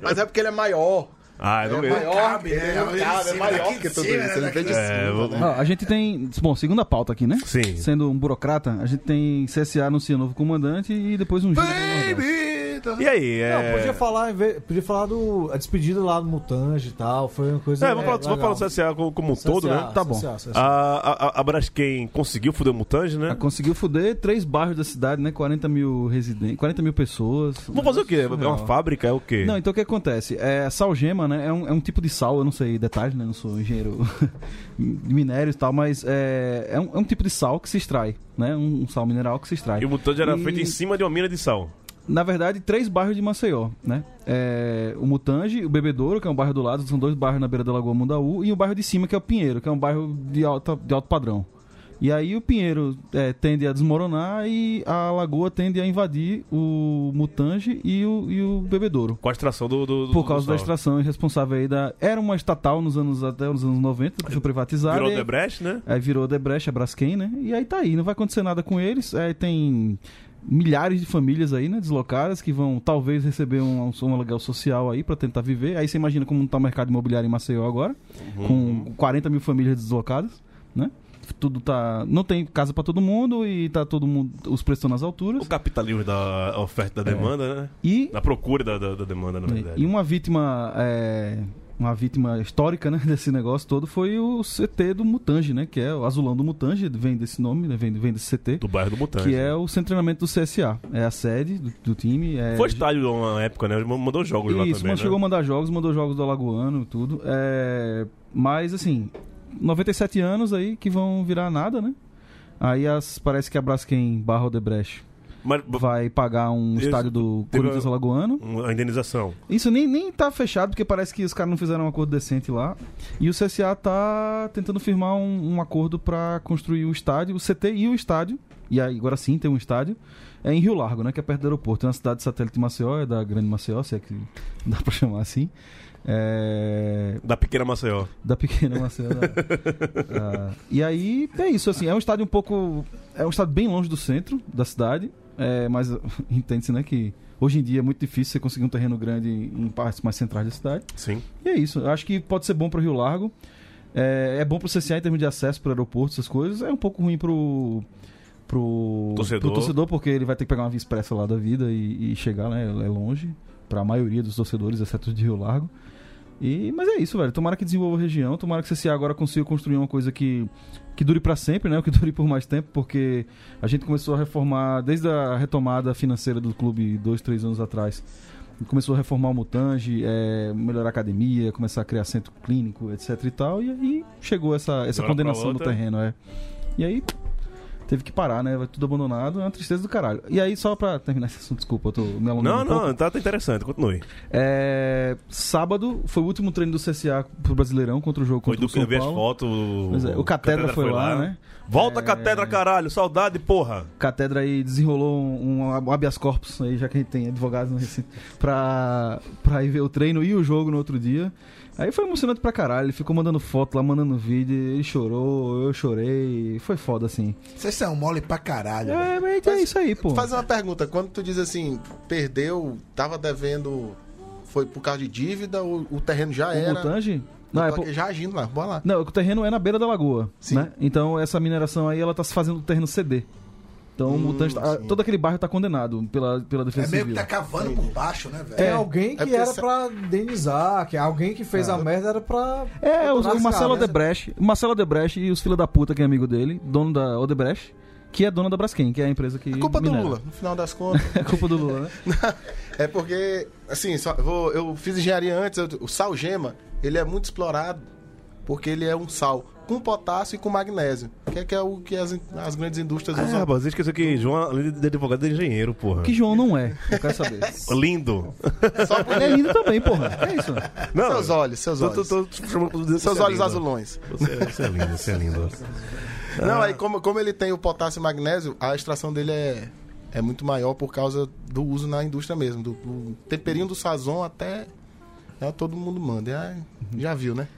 E: Mas é porque ele é maior.
A: Ah, eu não
E: é
A: eu-
E: maior,
C: cabe, né?
E: é, não
C: Ele
E: cabe, é
C: cima
E: maior
C: daqui
E: que
C: de
E: tudo
C: cima,
E: isso. Ele
C: né?
E: vem de
A: É,
E: cima,
A: vou-
E: né?
D: Ó, a gente tem. Bom, segunda pauta aqui, né?
A: Sim.
D: Sendo um burocrata, a gente tem CSA anuncia novo comandante e depois um. giro pelo Nordeste.
C: Certa.
A: E aí? É...
B: Não, podia falar, em vez- podia falar do a despedida lá do Mutange e tal. Foi uma coisa.
A: É, vamos falar, vamos
B: legal.
A: falar do CSA como, como um
B: CSA,
A: todo, né?
B: Tá bom. CSA, CSA.
A: A, a, a Braskem conseguiu foder o Mutange, né?
D: Ah, Conseguiu fuder três bairros da cidade, né? 40 mil residentes, 40 mil pessoas.
A: Vamos fazer o quê? É uma
D: Surreal.
A: fábrica? É o quê?
D: Não, então o que acontece? É, a salgema, né? É um, é um tipo de sal, eu não sei detalhes, né? Não sou engenheiro de minérios e tal, mas é, é, um, é um tipo de sal que se extrai, né? Um, um sal mineral que se extrai.
A: E o Mutange era
D: E-
A: feito em cima de uma mina de sal.
D: na verdade, três bairros de Maceió, né? É, o Mutange, o Bebedouro, que é um bairro do lado, são dois bairros na beira da Lagoa Mundaú, e o bairro de cima, que é o Pinheiro, que é um bairro de, alta, de alto padrão. E aí o Pinheiro é, tende a desmoronar e a Lagoa tende a invadir o Mutange e o, e o Bebedouro.
A: Com a extração do. do- do-
D: Por causa
A: do
D: da
A: sal.
D: extração responsável aí da... Era uma estatal nos anos até os anos 90, que foi privatizada.
A: Virou
D: e-
A: Debrecht, né?
D: Aí é, virou Debrecht, a Braskem, né? E aí tá aí, não vai acontecer nada com eles. Aí tem milhares de famílias aí, né, deslocadas, que vão talvez receber um, um aluguel social aí pra tentar viver. Aí você imagina como tá o mercado imobiliário em Maceió agora,
A: Uhum.
D: com 40 mil famílias deslocadas, né? Tudo tá. Não tem casa pra todo mundo e tá todo mundo. Os preços estão nas alturas.
A: O capitalismo da oferta e da demanda, né?
D: E-
A: Da procura da, da, da demanda, na verdade.
D: É. né? E um uma vítima, é, uma vítima histórica né, desse negócio todo foi o CT do Mutange, né? Que é o azulão do Mutange, vem desse nome, né, vem, vem desse CT. Do
A: bairro do Mutange.
D: Que é o centro de treinamento do CSA. É a sede do, do time. É,
A: Foi estádio uma época, né? Mandou jogos lá
D: isso,
A: também.
D: mas
A: né?
D: chegou a mandar jogos, mandou jogos do Alagoano e tudo. É, mas, assim, 97 anos aí que vão virar nada, né? Aí as- parece que a Braskem Barra Odebrecht vai pagar um
A: Isso,
D: estádio do
A: teve
D: Corinthians
A: uma-
D: Alagoano.
A: Uma indenização.
D: Isso nem, nem tá fechado, porque parece que os caras não fizeram um acordo decente lá. E o CSA tá tentando firmar um, um acordo pra construir o estádio, o CT e o estádio. E aí, agora sim tem um estádio. É em Rio Largo, né? Que é perto do aeroporto. É uma cidade satélite de Maceió, é da Grande Maceió, se é que dá pra chamar assim. É...
A: Da pequena Maceió.
D: Da pequena Maceió. da- da- E aí é isso, assim. É um estádio um pouco. É um estádio bem longe do centro da cidade. é, mas entende-se, né, que hoje em dia é muito difícil você conseguir um terreno grande em partes mais centrais da cidade.
A: Sim.
D: E é isso. Eu acho que pode ser bom para Rio Largo. É, é bom para o CCA em termos de acesso para aeroporto, essas coisas. É um pouco ruim para o
A: Torcedor.
D: torcedor, porque ele vai ter que pegar uma via expressa lá da vida e, e chegar, né? É longe para a maioria dos torcedores, exceto os de Rio Largo. E, mas é isso, velho. Tomara que desenvolva a região, tomara que o CCA agora consiga construir uma coisa que, que dure para sempre, né? O que dure por mais tempo, porque a gente começou a reformar desde a retomada financeira do clube dois, três anos atrás. Começou a reformar o Mutange, é, melhorar a academia, começar a criar centro clínico, etc e tal. E aí chegou essa, essa
A: De uma pra
D: condenação do
A: outra.
D: terreno, é. E aí teve que parar, né? Vai tudo abandonado, é uma tristeza do caralho. E aí, só pra terminar esse assunto, desculpa, eu tô me alongando
A: Não,
D: um pouco.
A: não, tá, tá interessante, continue.
D: É, sábado foi o último treino do CSA pro Brasileirão contra o jogo
A: Foi
D: contra
A: do é
D: o São
A: eu vi as
D: Paulo.
A: fotos.
D: Pois é, o Catedra foi lá, né?
A: Volta, Catedra, caralho, saudade, porra.
D: Catedra aí desenrolou um, um habeas corpus aí, já que a gente tem advogados no Recife, pra, pra ir ver o treino e o jogo no outro dia. Aí foi emocionante pra caralho, ele ficou mandando foto lá, mandando vídeo, ele chorou, eu chorei, foi foda assim.
C: Vocês são mole pra caralho.
D: É, mas é isso aí, pô.
E: Fazer uma pergunta, quando tu diz assim, perdeu, tava devendo, foi por causa de dívida, ou o terreno já
D: O
E: era?
D: Mutange? Não,
E: Não, eu
D: é
E: tô
D: por-
E: aqui já agindo lá, bora lá.
D: Não, o terreno é na beira da lagoa, né? Então essa mineração aí, ela tá se fazendo do terreno CD. Então o Mutange, tá- ah, todo aquele bairro tá condenado pela, pela defesa
C: É meio que
D: civil.
C: tá cavando por baixo, né, velho?
B: É alguém que era pra indenizar, que alguém que fez a merda era pra.
D: É, o,
B: pra
D: o Marcelo
B: lascar, né?
D: Odebrecht. O Marcelo Odebrecht e os filha da puta, que é amigo dele, dono da Odebrecht, que é dona da Braskem, que é a empresa que.
E: culpa
D: minera.
E: do Lula, no final das contas.
D: É culpa do Lula, né?
E: é porque, assim, só- vou- eu fiz engenharia antes, eu- o sal gema, ele é muito explorado, porque ele é um sal com potássio e com magnésio, que é, que é o que as, as grandes indústrias
A: Ah,
E: usam.
A: rapaz, você esqueceu que João, além de advogado, é engenheiro, porra.
D: Que João não é, eu quero saber.
A: Lindo.
D: Ele é lindo também, porra. É isso.
A: Não,
E: seus olhos, seus
A: tô- tô-
E: olhos.
A: tô te chamando- você
E: seus
A: é
E: olhos
A: lindo.
E: azulões.
A: Você, você é lindo, você é lindo.
E: Não,
B: Ah.
E: aí como, como ele tem o potássio e magnésio, a extração dele é, é muito maior por causa do uso na indústria mesmo, do, do temperinho do sazon até né, todo mundo manda. E aí,
B: Uhum.
E: já viu, né?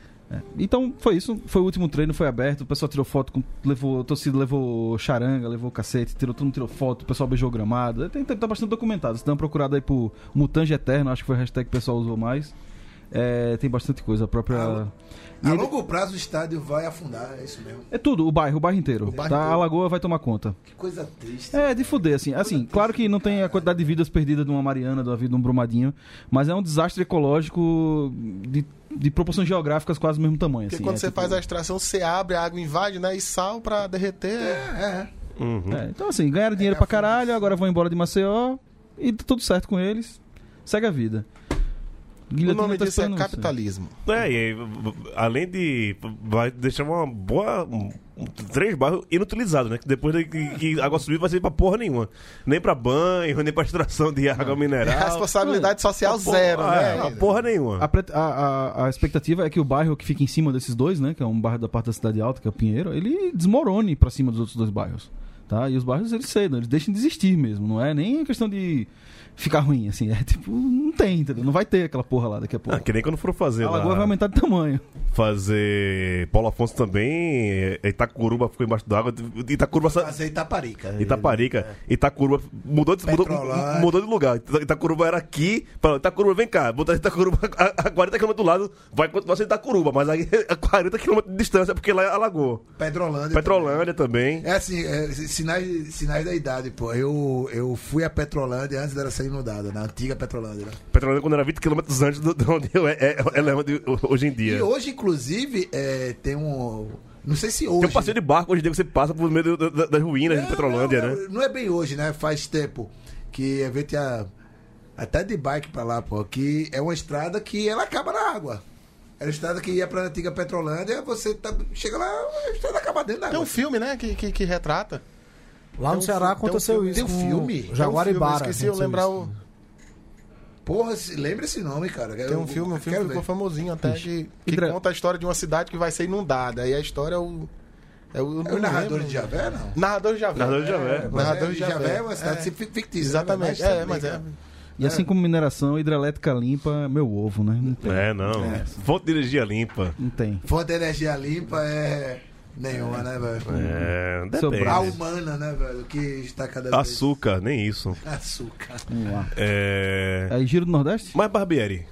D: Então foi isso, foi o último treino, foi aberto, o pessoal tirou foto, com- levou, a torcida levou charanga, levou cacete, tirou, todo mundo tirou foto, o pessoal beijou gramado. Tem, tem- tá bastante documentado. Se dá uma procurada aí por Mutange Eterno, acho que foi a hashtag que o pessoal usou mais. É, tem bastante coisa. A própria. E
C: A
D: ele-
C: longo prazo o estádio vai afundar, é isso mesmo.
D: É tudo, o bairro, o bairro inteiro.
C: bairro
D: tá?
C: inteiro.
D: A lagoa vai tomar conta.
C: Que coisa triste.
D: É, de fuder, assim. Assim, claro que não tem a quantidade de vidas perdidas de uma Mariana, de uma vida de um Brumadinho, mas é um desastre ecológico de, de proporções geográficas quase do mesmo tamanho.
E: Porque
D: assim,
E: quando
D: é
E: você
D: tipo-
B: um-
E: faz a extração, você abre, a água invade, né? E sal pra derreter. É, é.
A: Uhum.
D: É, então, assim, ganharam dinheiro pra caralho, agora vão embora de Maceió e tá tudo certo com eles. Segue a vida. tá
E: O nome disso é capitalismo.
A: É, e aí, v- v- além de. Vai deixar uma boa. um- um- três bairros inutilizados, né? Que depois de- que, que a água subir vai ser pra porra nenhuma. Nem pra banho, nem pra extração de água mineral.
E: É
C: É,
E: Responsabilidade social
A: Uma porra-
E: zero, né?
A: Ah, é, uma porra nenhuma.
D: A, pre- a- a- a expectativa é que o bairro que fica em cima desses dois, né, que é um bairro da parte da cidade alta, que é o Pinheiro, ele desmorone pra cima dos outros dois bairros, tá? E os bairros eles cedam, eles deixam de existir mesmo, não é nem questão de ficar ruim, assim, é tipo, não tem, entendeu? Não vai ter aquela porra lá daqui a pouco.
A: Ah, que nem quando foram fazer
D: a
A: lá.
D: lagoa vai aumentar de tamanho.
A: Fazer Paulo Afonso também, eh, Itacuruba ficou embaixo d'água. Itacuruba. sa-
C: Fazer Itaparica.
A: Itaparica. Itacuruba mudou de, mudou,
C: Petrolândia.
A: mudou de lugar. Ita- Itacuruba era aqui. Falou, Itacuruba, vem cá. Botar Itacuruba a, a 40 km do lado. Vai continuar sendo Itacuruba, mas aí a 40 km de distância, porque lá é alagou.
C: Pedrolândia.
A: Petrolândia também.
C: É assim, é, sinais, sinais da idade, pô. Eu, eu fui a Petrolândia antes dela ser inundada, na antiga Petrolândia. né?
A: Petrolândia quando era 20 km antes do- de onde eu- é- é- ela é onde- hoje em dia.
C: E hoje, inclusive, é, tem um. Não sei se hoje.
A: Tem um passeio de barco hoje em dia que você passa por meio do- da- das ruínas de Petrolândia, né?
C: É, Não é bem hoje, né? Faz tempo que a gente ia até de bike pra lá, pô. Que é uma estrada que ela acaba na água. Era a estrada que ia pra antiga Petrolândia, você tá- chega lá, a estrada acaba dentro da água.
E: Tem um filme, né? Que, que, que retrata.
B: É, Lá
E: Tem
B: no
E: um
B: Ceará
E: fi- tem um
B: aconteceu
E: filme-
B: isso.
E: tem um
B: com né,
E: filme? Tem um
B: Jaguaribara.
E: filme, eu esqueci, eu
B: aconteceu
E: lembrar
B: isso.
E: o-
C: Porra, se- lembra esse nome, cara.
E: Tem um filme, um filme que ficou famosinho até que, que conta a história de uma cidade que vai ser inundada. Aí a história é o. É o,
C: É o narrador de Javé, não?
E: Narrador de Javé.
A: Narrador de Javé.
E: É, né? Narrador de Javé.
C: é uma cidade
E: É.
C: fictícia.
E: Exatamente. É, mas
C: né?
E: é.
D: E assim como mineração, hidrelétrica limpa, é meu ovo, né? Não tem.
A: É, não. Fonte de energia limpa.
D: Não tem.
C: Fonte de energia limpa é nenhuma, né, velho?
A: É,
C: A
A: depende.
C: humana, né, velho? Que está cada vez...
A: Açúcar, nem isso.
C: Açúcar.
D: Vamos lá.
A: É...
D: Aí giro do Nordeste?
A: Mas Barbieri.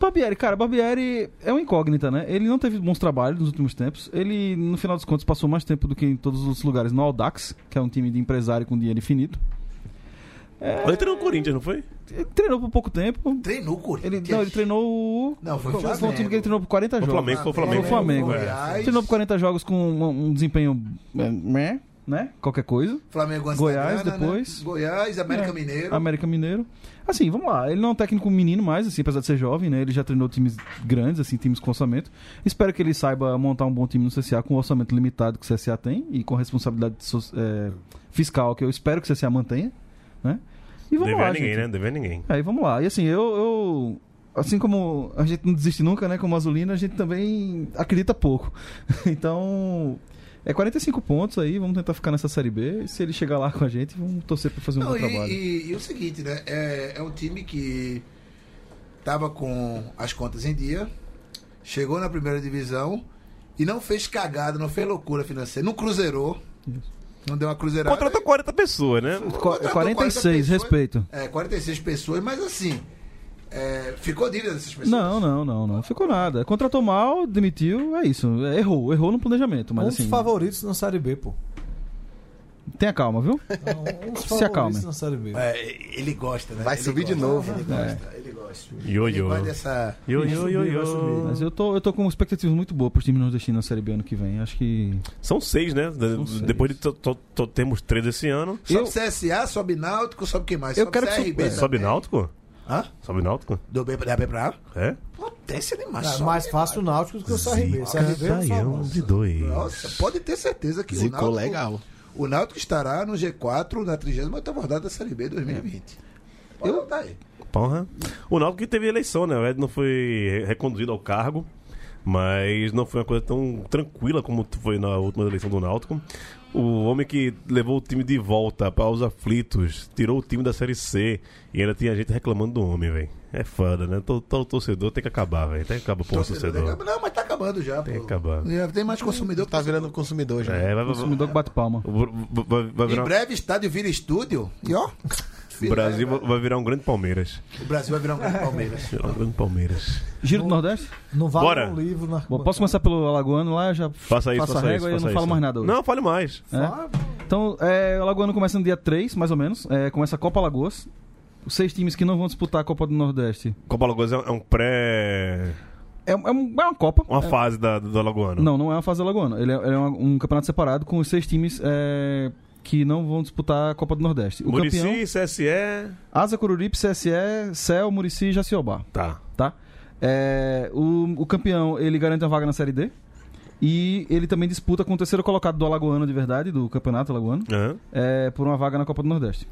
D: Barbieri, cara, Barbieri é uma incógnita, né? Ele não teve bons trabalhos nos últimos tempos. Ele, no final dos contos, passou mais tempo do que em todos os outros lugares no Audax, que é um time de empresário com dinheiro infinito.
A: Ele treinou o um Corinthians, não foi?
D: Ele treinou por pouco tempo.
C: Treinou o Corinthians?
D: Ele, não, ele treinou o.
C: Não, foi o
D: um
C: Flamengo.
D: time que ele treinou por 40
A: Foi o
D: jogos.
A: Flamengo, foi o Flamengo.
D: Ah, Foi o Flamengo, é.
C: Goiás.
D: Treinou por 40 jogos com um, um desempenho. é, meh, né? Qualquer coisa.
C: Flamengo antes
D: Goiás
C: da grana,
D: depois.
C: Né? Goiás, América
D: É.
C: Mineiro.
D: América Mineiro. Assim, vamos lá. Ele não é um técnico menino mais, assim, apesar de ser jovem, né? Ele já treinou times grandes, assim, times com orçamento. Espero que ele saiba montar um bom time no CSA com o orçamento limitado que o CSA tem e com a responsabilidade so- é, fiscal que eu espero que o CSA mantenha, né? E vamos
A: Dever
D: lá,
A: a ninguém,
D: gente.
A: né? Dever a ninguém.
D: Aí vamos lá. E assim, eu, eu- Assim como a gente não desiste nunca, né? Como a Azulina, a gente também acredita pouco. Então. É 45 pontos aí, vamos tentar ficar nessa série B. Se ele chegar lá com a gente, vamos torcer pra fazer um
C: Não,
D: bom
C: e,
D: trabalho.
C: e- e o seguinte, né? É, é um time que tava com as contas em dia, chegou na primeira divisão e não fez cagada, não fez loucura financeira. Não cruzeirou. Não deu uma cruzeirada.
A: Contratou 40 pessoas, né?
D: Qu-
C: Contratou
D: 46,
C: pessoas,
D: respeito.
C: É, 46 pessoas, mas assim, é, ficou dívida dessas pessoas.
D: Não, não, não, não. Ficou nada. Contratou mal, demitiu, é isso. É, Errou, errou no planejamento, mas
B: Um dos
D: assim.
B: favoritos na Série B, pô.
D: Tenha calma, viu?
B: Um dos
D: Se
B: favoritos
D: acalme.
B: na Série B.
C: É, ele gosta, né?
E: Vai
C: Ele
E: subir de
C: gosta,
E: novo.
C: Ele
D: É.
C: gosta, ele gosta.
A: Yo,
C: Ele
A: yo.
C: gosta dessa...
A: Yo, yo, yo, yo.
D: Mas eu tô, eu tô com expectativas muito boas pros times nordestinos na série B ano que vem. Acho que.
A: São seis, né? De-
D: São seis.
A: Depois de to- to- to- temos três esse ano.
C: Sobe CSA, sobe Náutico, sobe quem mais?
D: Eu
C: sobe
D: quero que
C: CRB.
D: suba.
C: também.
A: Sobe Náutico?
C: né? Hã?
A: Sobe Náutico?
C: Do B, da B pra A?
A: É?
C: Potência demais.
B: É
C: sobe
B: mais
C: demais.
B: fácil o Náutico do que o CRB. O CRB é
A: Baião de
B: famoso.
A: dois.
C: Nossa, pode ter certeza que
E: Zicou
C: o Náutico...
E: legal.
C: O Náutico estará no G4 na 38ª rodada da Série B 2020.
D: É.
C: Pode eu... aí.
A: Porra. O Náutico que teve eleição, né? O Ed não foi reconduzido ao cargo, mas não foi uma coisa tão tranquila como foi na última eleição do Náutico. O homem que levou o time de volta para os aflitos, tirou o time da Série C e ainda tinha gente reclamando do homem, velho. É foda, né? Todo torcedor tem que acabar, velho. Tem que acabar pro torcedor.
C: Não, mas tá acabando já, pô.
A: Tem que acabar.
C: Já tem mais consumidor.
E: Tá virando consumidor já.
A: É, vai, vai,
D: Consumidor que bate palma.
A: vai- vai- vai
C: Em
A: virar
C: breve, estádio vira estúdio. E ó,
A: O
C: filé,
A: Brasil vai virar um grande Palmeiras.
C: O Brasil vai virar um grande
E: É.
C: Palmeiras.
A: Virar um grande Palmeiras.
D: Giro do Nordeste?
B: Não
A: vale Bora. um
B: livro né? na
D: Bom, posso começar pelo Alagoano lá? Eu já
A: Faça isso,
D: faço
A: faça
D: a
A: isso,
D: régua e eu
A: faça
D: não falo
A: isso.
D: mais nada hoje.
A: Não, fale mais.
D: É? Então, é, o Alagoano começa no dia 3, mais ou menos. É, começa a Copa Alagoas. Os seis times que não vão disputar a Copa do Nordeste.
A: Copa Alagoas é um- é um pré.
D: É, um- é um- é uma Copa.
A: Uma
D: É-
A: fase da, do Alagoano.
D: Não, não é uma fase alagoana. Ele é, ele é uma- um campeonato separado com os seis times é, que não vão disputar a Copa do Nordeste. O
A: Murici,
D: campeão,
A: CSE.
D: Asa Coruripe, CSE, Céu, Murici e Jaciobá.
A: Tá.
D: tá? É, o, o campeão, ele garante a vaga na Série D. E ele também disputa com o terceiro colocado do Alagoano de verdade, do campeonato alagoano,
A: Aham.
D: é, por uma vaga na Copa do Nordeste.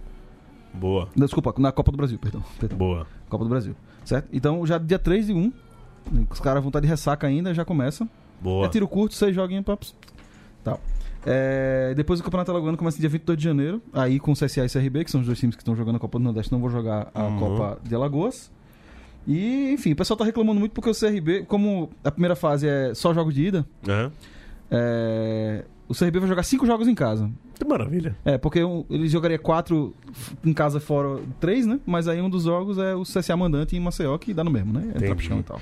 A: Boa.
D: Não, Desculpa, na Copa do Brasil, perdão. perdão.
A: Boa.
D: Copa do Brasil. Certo? Então, já dia 3 de 1, os caras vão estar de ressaca ainda, já começa.
A: Boa.
D: É tiro curto, seis joguinhos, paps. Tal. É, depois o Campeonato Alagoano começa dia 22 de janeiro, aí com o CSA e CRB, que são os dois times que estão jogando a Copa do Nordeste, não vão jogar a
A: Uhum.
D: Copa de Alagoas. E, enfim, o pessoal tá reclamando muito porque o CRB, como a primeira fase é só jogo de ida,
A: Aham.
D: é, o CRB vai jogar cinco jogos em casa.
A: Que maravilha.
D: É, porque um- ele jogaria quatro f- em casa fora três, né? Mas aí um dos jogos é o CSA mandante em Maceió, que dá no mesmo, né? É
A: Entendi.
D: trapichão e tal.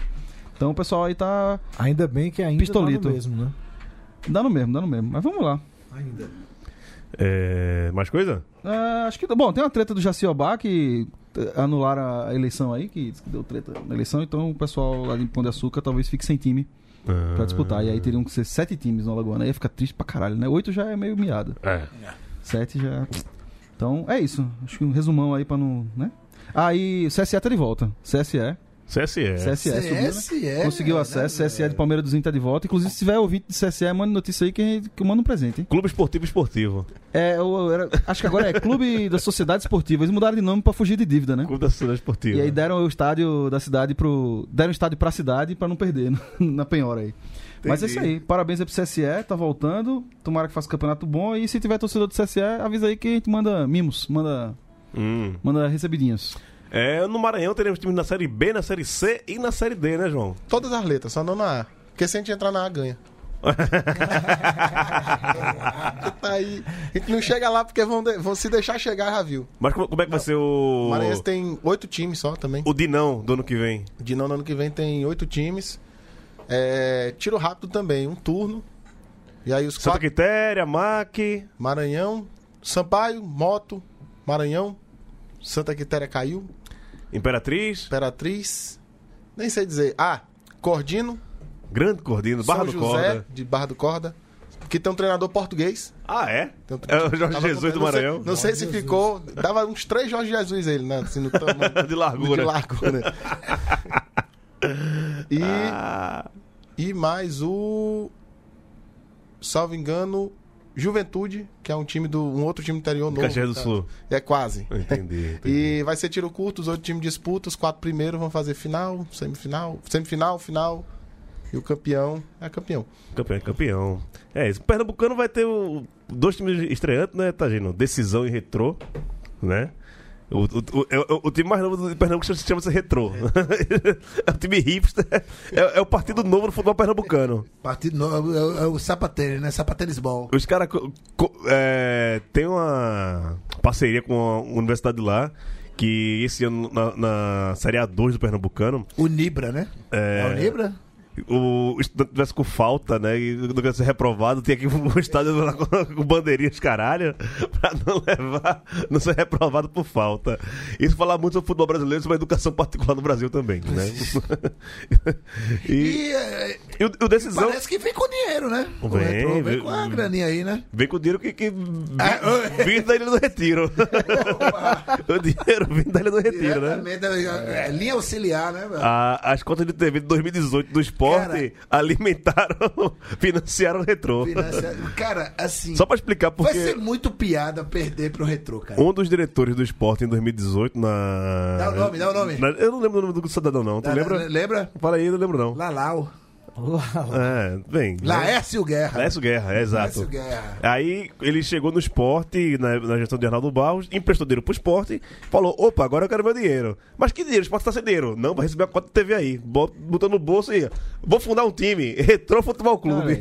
D: Então o pessoal aí tá.
B: Ainda bem que ainda
D: Pistolito.
B: tá no mesmo, né?
D: Dá no mesmo, dá no mesmo. Mas vamos lá.
B: Ainda.
A: É, mais coisa?
D: Ah, acho que. Bom, tem uma treta do Jaciobá que eh, anularam a eleição aí, que disse que deu treta na eleição, então o pessoal lá de Pão de Açúcar talvez fique sem time
A: Ah.
D: pra disputar. E aí teriam que ser sete times no Alagoana. Aí ia ficar triste pra caralho, né? Oito já é meio miada.
A: É.
D: Sete já. Então é isso. Acho que um resumão aí pra não. né? Aí o CSE tá de volta. CSE.
A: CSE.
D: CSE subiu, né?
C: CSE,
D: Conseguiu
C: velho,
D: acesso. CSE de Palmeiras do Zinho tá de volta. Inclusive, se tiver ouvinte de CSE, manda notícia aí que, a gente- que eu mando um presente, hein?
A: Clube Esportivo Esportivo.
D: É, eu era- acho que agora é Clube da Sociedade Esportiva. Eles mudaram de nome pra fugir de dívida, né?
A: Clube da Sociedade Esportiva.
D: E aí deram o estádio da cidade pro. Deram o estádio pra cidade pra não perder né? na penhora aí. Mas é isso aí. Parabéns aí pro CSE, tá voltando. Tomara que faça um campeonato bom. E se tiver torcedor do CSE, avisa aí que a gente manda mimos, manda,
A: Hum.
D: manda recebidinhos.
A: É, no Maranhão teremos times na Série B, na Série C e na Série D, né, João?
E: Todas as letras, só não na A. Porque se a gente entrar na A, ganha. tá aí. A gente não chega lá porque vão, de- vão se deixar chegar, já viu.
A: Mas como, como é que vai ser o.
E: O Maranhense tem oito times só também.
A: O Dinão do ano que vem?
E: O Dinão no ano que vem tem oito times. É, tiro rápido também, um turno. E aí os
A: Santa
E: quatro.
A: Quitéria, MAC.
E: Maranhão, Sampaio, Moto, Maranhão, Santa Quitéria caiu,
A: Imperatriz,
E: Imperatriz. Nem sei dizer. Ah, Cordino,
A: Grande Cordino, Barra
E: São
A: do
E: José
A: Corda.
E: de Barra do Corda. Que tem um treinador português.
A: Ah, é?
E: Tem um-
A: É o Jorge
E: tava-
A: Jesus do
E: não sei-
A: Maranhão?
E: Não sei, se ficou. Dava uns três Jorge Jesus ele, né? Assim, no tamanho-
A: De largura.
E: De largura. e,
A: Ah,
E: e mais o. Salvo engano, Juventude, que é um time do. um outro time interior novo.
A: Caxias do
E: tá?
A: Sul.
E: É quase.
A: Entendi. entendi.
E: E vai ser tiro curto, os oito times disputam, os quatro primeiros vão fazer final, semifinal, semifinal, final. E o campeão é campeão.
A: Campeão é campeão. É isso. O Pernambucano vai ter o- dois times estreantes, né, Tagino? Decisão e retrô, né? O, o- o- é o- o time mais novo do Pernambuco chama- chama-se Retrô. É. o time hipster. É, é o partido novo do futebol pernambucano.
C: Partido novo, é, o- é o sapatênis, né? Sapatênis bom.
A: Os caras co- co- é, tem uma parceria com a universidade lá, que esse ano na, na Série A2 do Pernambucano,
C: O Nibra, né?
A: É.
C: o Nibra?
A: o estudante tivesse com falta, né? E não quer ser reprovado, tinha que ir pro estádio lá com, com bandeirinhas, caralho, pra não levar, não ser reprovado por falta. Isso fala muito sobre futebol brasileiro, sobre a educação particular no Brasil também, né? e,
C: E, é,
A: e o, e o decisão.
C: parece que vem com dinheiro, né? O
A: Vem,
C: Retro vem,
A: vem-
C: com a graninha aí, né?
A: Vem com o dinheiro que, que vindo da Ilha do Retiro. o dinheiro vindo da Ilha do Retiro, né?
C: Diretamente, é, é, linha auxiliar, né? velho?
A: A- as contas de TV de 2018 do esporte alimentaram, financiaram o retrô.
C: Financia- Cara, assim.
A: Só pra explicar
C: Vai
A: porque
C: ser muito piada perder pro retrô, cara.
A: um dos diretores do esporte em 2018 na.
C: Dá o nome, dá o nome.
A: na- eu não lembro o nome do cidadão, não. Tu
C: Tá Lá-
A: é, né? lembra? Né?
C: lá- Lembra?
A: Fala aí, eu não lembro, não.
C: Lalau.
A: É, bem.
C: Laércio Guerra.
A: Laércio Guerra, é, exato.
C: Laércio Guerra.
A: tá um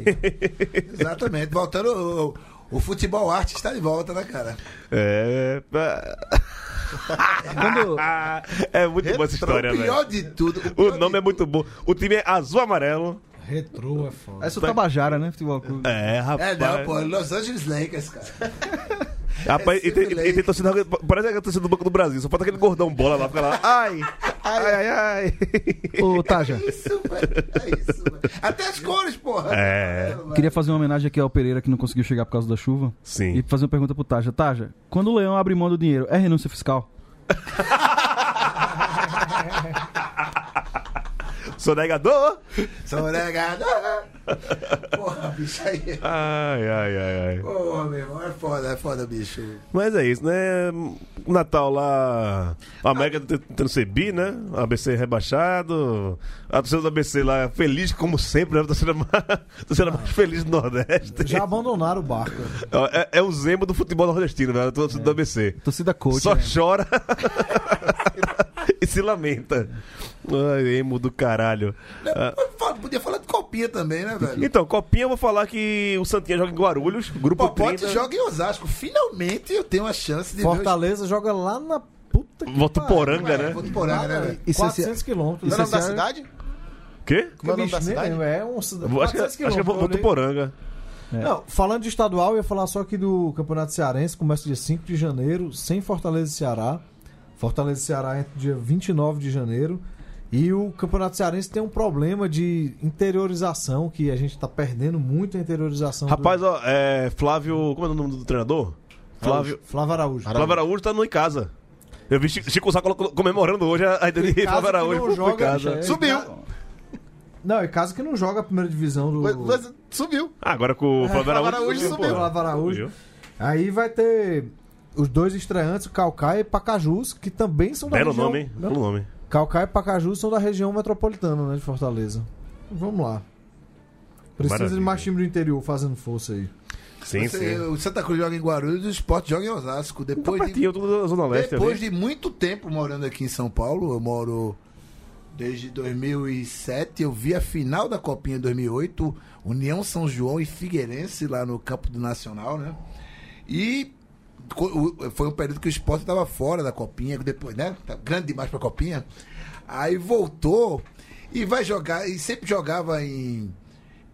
C: Exatamente. Voltando, o, o futebol arte está de volta, né, cara?
A: é. pra- É muito boa essa história,
C: O
A: velho.
C: pior de tudo.
A: O nome é muito bom. O time é azul-amarelo.
B: Retrô é foda.
D: Essa é o Tabajara, né? Futebol clube.
A: É,
C: É,
A: rapaz.
C: não, pô, Los Angeles Lakers, cara.
A: Rapaz, e, tem, e tem torcida. Parece que é torcida do Banco do Brasil. Só falta aquele gordão bola lá, fica lá. Ai! Ai, ai, ai.
D: Ô, Taja.
C: É Até as cores, porra.
A: É.
D: Queria fazer uma homenagem aqui ao Pereira que não conseguiu chegar por causa da chuva.
A: Sim.
D: E fazer uma pergunta pro Taja. Taja, quando o leão abre mão do dinheiro, é renúncia fiscal?
A: Sou negador?
C: Sou negado. Porra, bicho aí.
A: Ai, ai, ai, ai.
C: Porra, meu irmão, é foda, é foda, bicho.
A: Mas é isso, né? O Natal lá. A América tentando ser bi, né? ABC rebaixado. A torcida do ABC lá, feliz como sempre, né? A torcida mais, a torcida mais feliz do Nordeste.
B: Já abandonaram o barco.
A: É, é o Zemo do futebol nordestino, né? A torcida do ABC.
D: É. Torcida coach.
A: Só
D: né?
A: chora e se lamenta. Ai, emo do caralho. Ah,
C: Fala- Podia falar de copinha também, né, velho?
A: então, Copinha, eu vou falar que o Santinha joga em Guarulhos, grupo
C: Popote
A: 30.
C: joga em Osasco. Finalmente eu tenho a chance de
B: Fortaleza joga lá na puta que
A: Votuporanga,
C: ver.
A: né?
C: Vou de poranga, né, velho?
B: pariu. 400 quilômetros.
E: Não é o nome da cidade?
B: né?
A: Quê?
E: Como é o nome da
B: Bicho, nem
E: cidade?
B: lembro, É né? um cida-
A: Vou- Acho que,
B: 400
A: acho que é
B: quilômetros, eu olhei.
A: Votuporanga. É.
B: Não, falando de estadual, eu ia falar só aqui do Campeonato Cearense, começa dia 5 de janeiro, sem Fortaleza e Ceará. Fortaleza e Ceará entra dia 29 de janeiro. E o Campeonato Cearense tem um problema de interiorização, que a gente tá perdendo muito a interiorização. do-
A: Rapaz, ó, é Flávio. Como é o nome do treinador? Flávio.
B: Flávio Araújo.
A: Flávio Araújo tá no em casa. Eu vi Chico Chico Sá colo- comemorando hoje a a ideia de
B: Em casa
A: Flávio
B: que
A: Araújo né?
B: não
A: foi
B: joga,
A: em casa.
B: bicho, é-
A: Subiu!
B: Não, é caso que não joga a primeira divisão do.
E: Mas- mas Subiu.
A: Ah, agora com
B: É,
A: o Flávio Araújo.
E: Araújo
A: subiu, pô.
E: subiu.
B: Flávio Araújo. Aí vai ter os dois estreantes, o Calcaia e Pacajus, que também são da
A: Belo
B: região.
A: nome, hein? Belo nome.
B: Calcaia e Pacajus são da região metropolitana, né, de Fortaleza. Vamos lá. Precisa
A: Maravilha.
B: de mais time do interior fazendo força aí.
A: Sim,
C: Você-
A: sim.
C: O Santa Cruz joga em Guarulhos e o Sport joga em Osasco.
A: Tá
C: Depois, de,
A: pertinho, tudo da Zona Leste
C: depois
A: ali.
C: de muito tempo morando aqui em São Paulo, eu moro desde 2007, eu vi a final da Copinha em 2008, União São João e Figueirense lá no campo do Nacional, né? E co- o- foi um período que o esporte estava fora da copinha, depois, né? Tá grande demais pra copinha. Aí voltou e vai jogar, e sempre jogava em.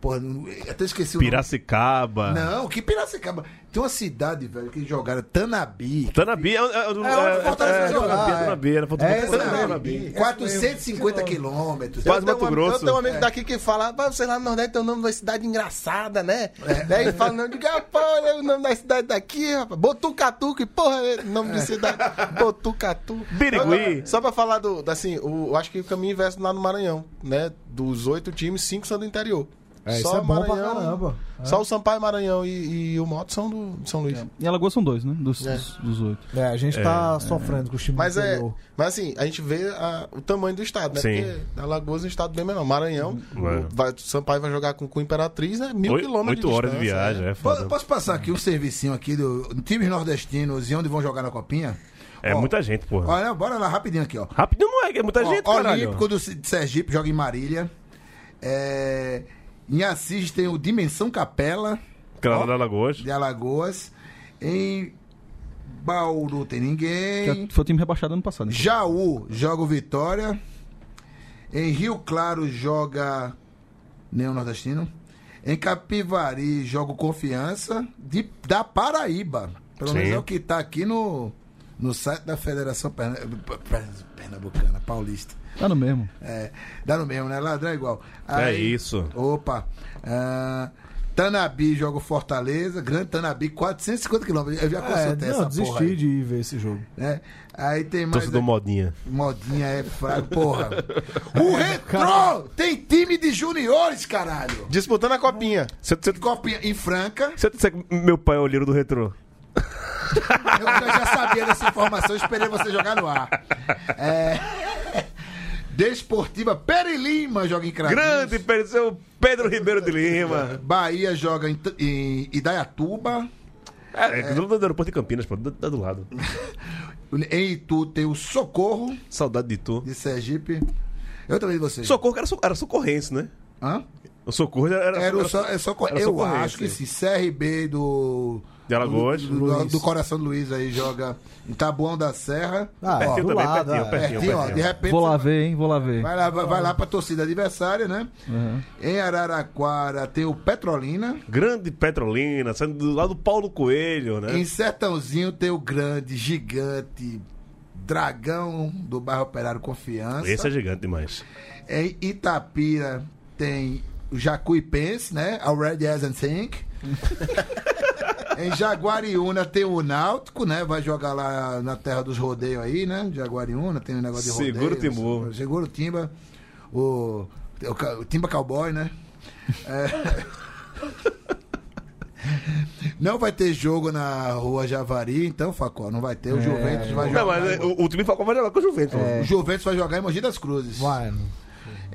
C: Porra, não- eu até esqueci o nome.
A: Piracicaba.
C: Não, que Piracicaba. Tem uma cidade, velho, que jogaram Tanabi.
A: Tanabi é, é, é, é,
C: onde o Fortaleza
A: é,
C: vai jogar,
A: Tanabi,
C: é.
A: Tanabi, era Fortaleza, tá
B: É,
A: Fortaleza,
B: Tanabi.
A: Tanabi.
C: 450 quilômetros.
A: Quase
E: Eu tenho
A: Mato
E: um-
A: Grosso.
E: Eu tenho um
B: É.
E: amigo daqui que fala, "Pá, vocês lá no Nordeste tem o nome da cidade engraçada, né?
B: É.
E: Daí ele fala, não, diga, ah, pô, olha o nome da cidade daqui, rapaz. Botucatu, que porra é o nome de cidade? Botucatu.
A: Birigui.
E: Só pra falar do, da, assim, o, eu acho que o caminho inverso lá no Maranhão, né? Dos oito times, cinco são do interior.
B: É, isso é bom pra caramba.
E: É. Só o Sampaio Maranhão e, e o Moto são do de São Luís.
D: Em Alagoas são dois, né? Dos,
E: É.
D: dos, dos oito.
B: É, a gente tá sofrendo com o time
E: Mas
B: do
E: é,
B: interior.
E: mas assim, a gente vê a- o tamanho do estado, né?
A: Sim.
E: Porque Alagoas é um estado bem menor. Maranhão,
A: Ué.
E: o, vai, o Sampaio vai jogar com o Imperatriz, é mil
A: Oi-
E: quilômetros
A: Oito horas de
E: distância,
A: viagem,
E: né?
A: é
C: Po-
A: foda.
C: Posso passar aqui um servicinho aqui do um times nordestinos e onde vão jogar na copinha?
A: É
C: Ó,
A: muita gente, porra.
C: Olha, bora lá rapidinho aqui, ó.
A: Rapidinho não é, que é muita gente,
C: Ó,
A: caralho.
C: Olímpico do C- de Sergipe joga em Marília. É, em Assis tem o Dimensão Capela
A: Canadá da Lagoas.
C: de Alagoas. Em Bauru tem
D: Que
C: ninguém.
D: é- foi o time rebaixado ano passado. né?
C: Jaú joga o Vitória. Em Rio Claro joga Neo Nordestino. Em Capivari joga o Confiança de, da Paraíba. Pelo
A: Sim.
C: menos é o que tá aqui no, no site da Federação Perna- Perna- Pernambucana, Paulista.
D: Tá no mesmo.
C: É, dá no mesmo, né? Ladrão é igual.
A: É isso.
C: Opa. Ah, Tanabi joga o Fortaleza, Grande Tanabi, 450 quilômetros. Eu já consultei
B: É,
C: essa porra
B: não, desisti
C: aí,
B: de ir ver esse jogo.
C: né? Aí tem mais
A: Torcedor modinha.
C: Modinha é fraco, porra. O Retrô tem time de juniores, caralho.
E: Disputando a copinha.
A: Você você-
C: Copinha em Franca.
A: você disser que meu pai é olheiro do retrô.
C: Eu eu já sabia dessa informação, esperei você jogar no ar. É... Desportiva Peri Lima joga em Cravinhos.
A: Grande, Pedro, seu Pedro Ribeiro de Lima.
C: Bahia joga em, T- em Idaiatuba.
A: É, é. do do aeroporto de Campinas, pô, tá do lado.
C: Em Itu tem o Socorro
A: Saudade de tu.
C: de Sergipe. Eu também de vocês.
A: Socorro era, so- era socorrense, né?
C: Hã?
A: O socorro era.
C: Era o so, é socorro.
A: era
C: Eu
A: socorrense.
C: acho que sim. CRB do
A: De Alagoas.
C: Do, do- do coração do Luiz aí, joga em Taboão da Serra.
A: Tá
B: Ah, Pertinho ó, do também, lado, pertinho, é. pertinho,
C: ó,
B: pertinho.
C: de repente
D: Vou
C: você
D: lá
C: vai-
D: ver, hein? Vou lá ver.
C: Vai lá, vai, vai lá pra torcida adversária, né?
D: Uhum.
C: Em Araraquara tem o Petrolina.
A: Grande Petrolina, saindo do lado do Paulo Coelho, né?
C: Em Sertãozinho tem o grande, gigante, dragão do bairro Operário Confiança.
A: Esse é gigante demais.
C: Em Itapira tem o Jacuipense, né? Already as and think. em Jaguariúna tem o Náutico, né? Vai jogar lá na terra dos rodeios aí, né? Jaguariúna tem um negócio de rodeio.
A: Segura o Timbu.
C: Segura o Timba. O, o, ca- o Timba Cowboy, né? É. Não vai ter jogo na rua Javari, então, Facó, não vai ter. O Juventus vai
A: É.
C: jogar.
A: Não, mas é,
C: em- É.
A: o, o time Falcão vai jogar com o Juventus. né?
C: o Juventus vai jogar em Mogi das Cruzes.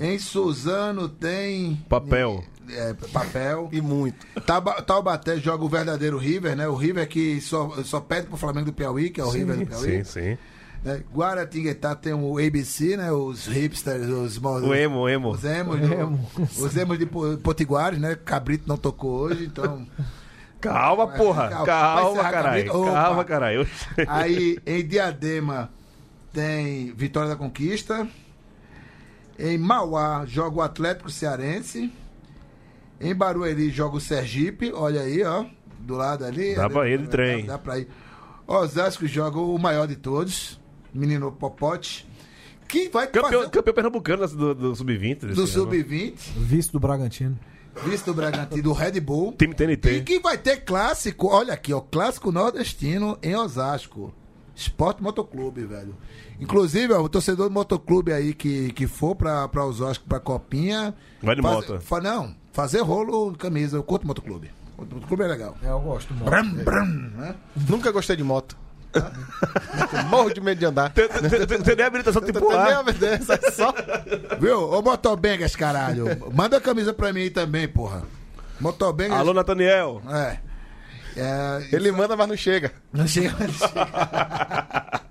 C: Em Suzano tem
A: Papel.
C: é, papel.
E: E muito.
C: Tauba- Taubaté joga o verdadeiro River, né? O River que só, só pede pro Flamengo do Piauí, que é o River do
A: Sim,
C: Piauí.
A: sim.
C: Né? Guaratinguetá tem o ABC, né? Os hipsters, os... mo-
A: O Emo, o Emo.
C: Os emos, do- os emos de Po- Potiguares, né? Cabrito não tocou hoje, então...
A: Calma, porra.
C: Calma, vai
A: Calma,
C: encerrar,
A: caralho.
C: Cabrito. Opa.
A: Calma, caralho.
C: Aí em Diadema tem Vitória da Conquista. Em Mauá joga o Atlético Cearense. Em Barueri joga o Sergipe. Olha aí, ó. Do lado ali.
A: Dá
C: Ali,
A: pra ir de
C: dá-
A: trem.
C: Dá, pra ir. Osasco joga o maior de todos. Menino Popote. Que vai
A: Campeão,
C: fazer
A: campeão pernambucano desse- do, do Sub-20. desse
C: do
A: ano.
C: Sub-20,
B: Vice do Bragantino.
C: vice do Bragantino, do Red Bull.
A: Time
C: E
A: TNT.
C: que vai ter clássico, olha aqui, ó, clássico nordestino em Osasco. Esporte Motoclube, velho. Inclusive, ó, o torcedor do motoclube aí que, que for pra, pra Osasco, pra Copinha.
A: Vai de
C: faz-
A: moto.
C: fa- não, fazer rolo camisa. Eu curto motoclube. O motoclube é legal.
B: É, eu gosto muito.
C: Bram, bram, né?
E: Nunca gostei de moto. Morro de medo de andar.
A: Tem- tem- tem- Tem nem habilitação
E: Eu
A: tipo
E: tenho nem
A: A.
E: a dessa, é só.
C: Viu? Ô, Motobengas, caralho. Manda a camisa pra mim aí também, porra. Motobengas.
A: Alô, Nathaniel.
C: É. É,
E: Ele manda, mas não chega.
C: Não chega, não chega.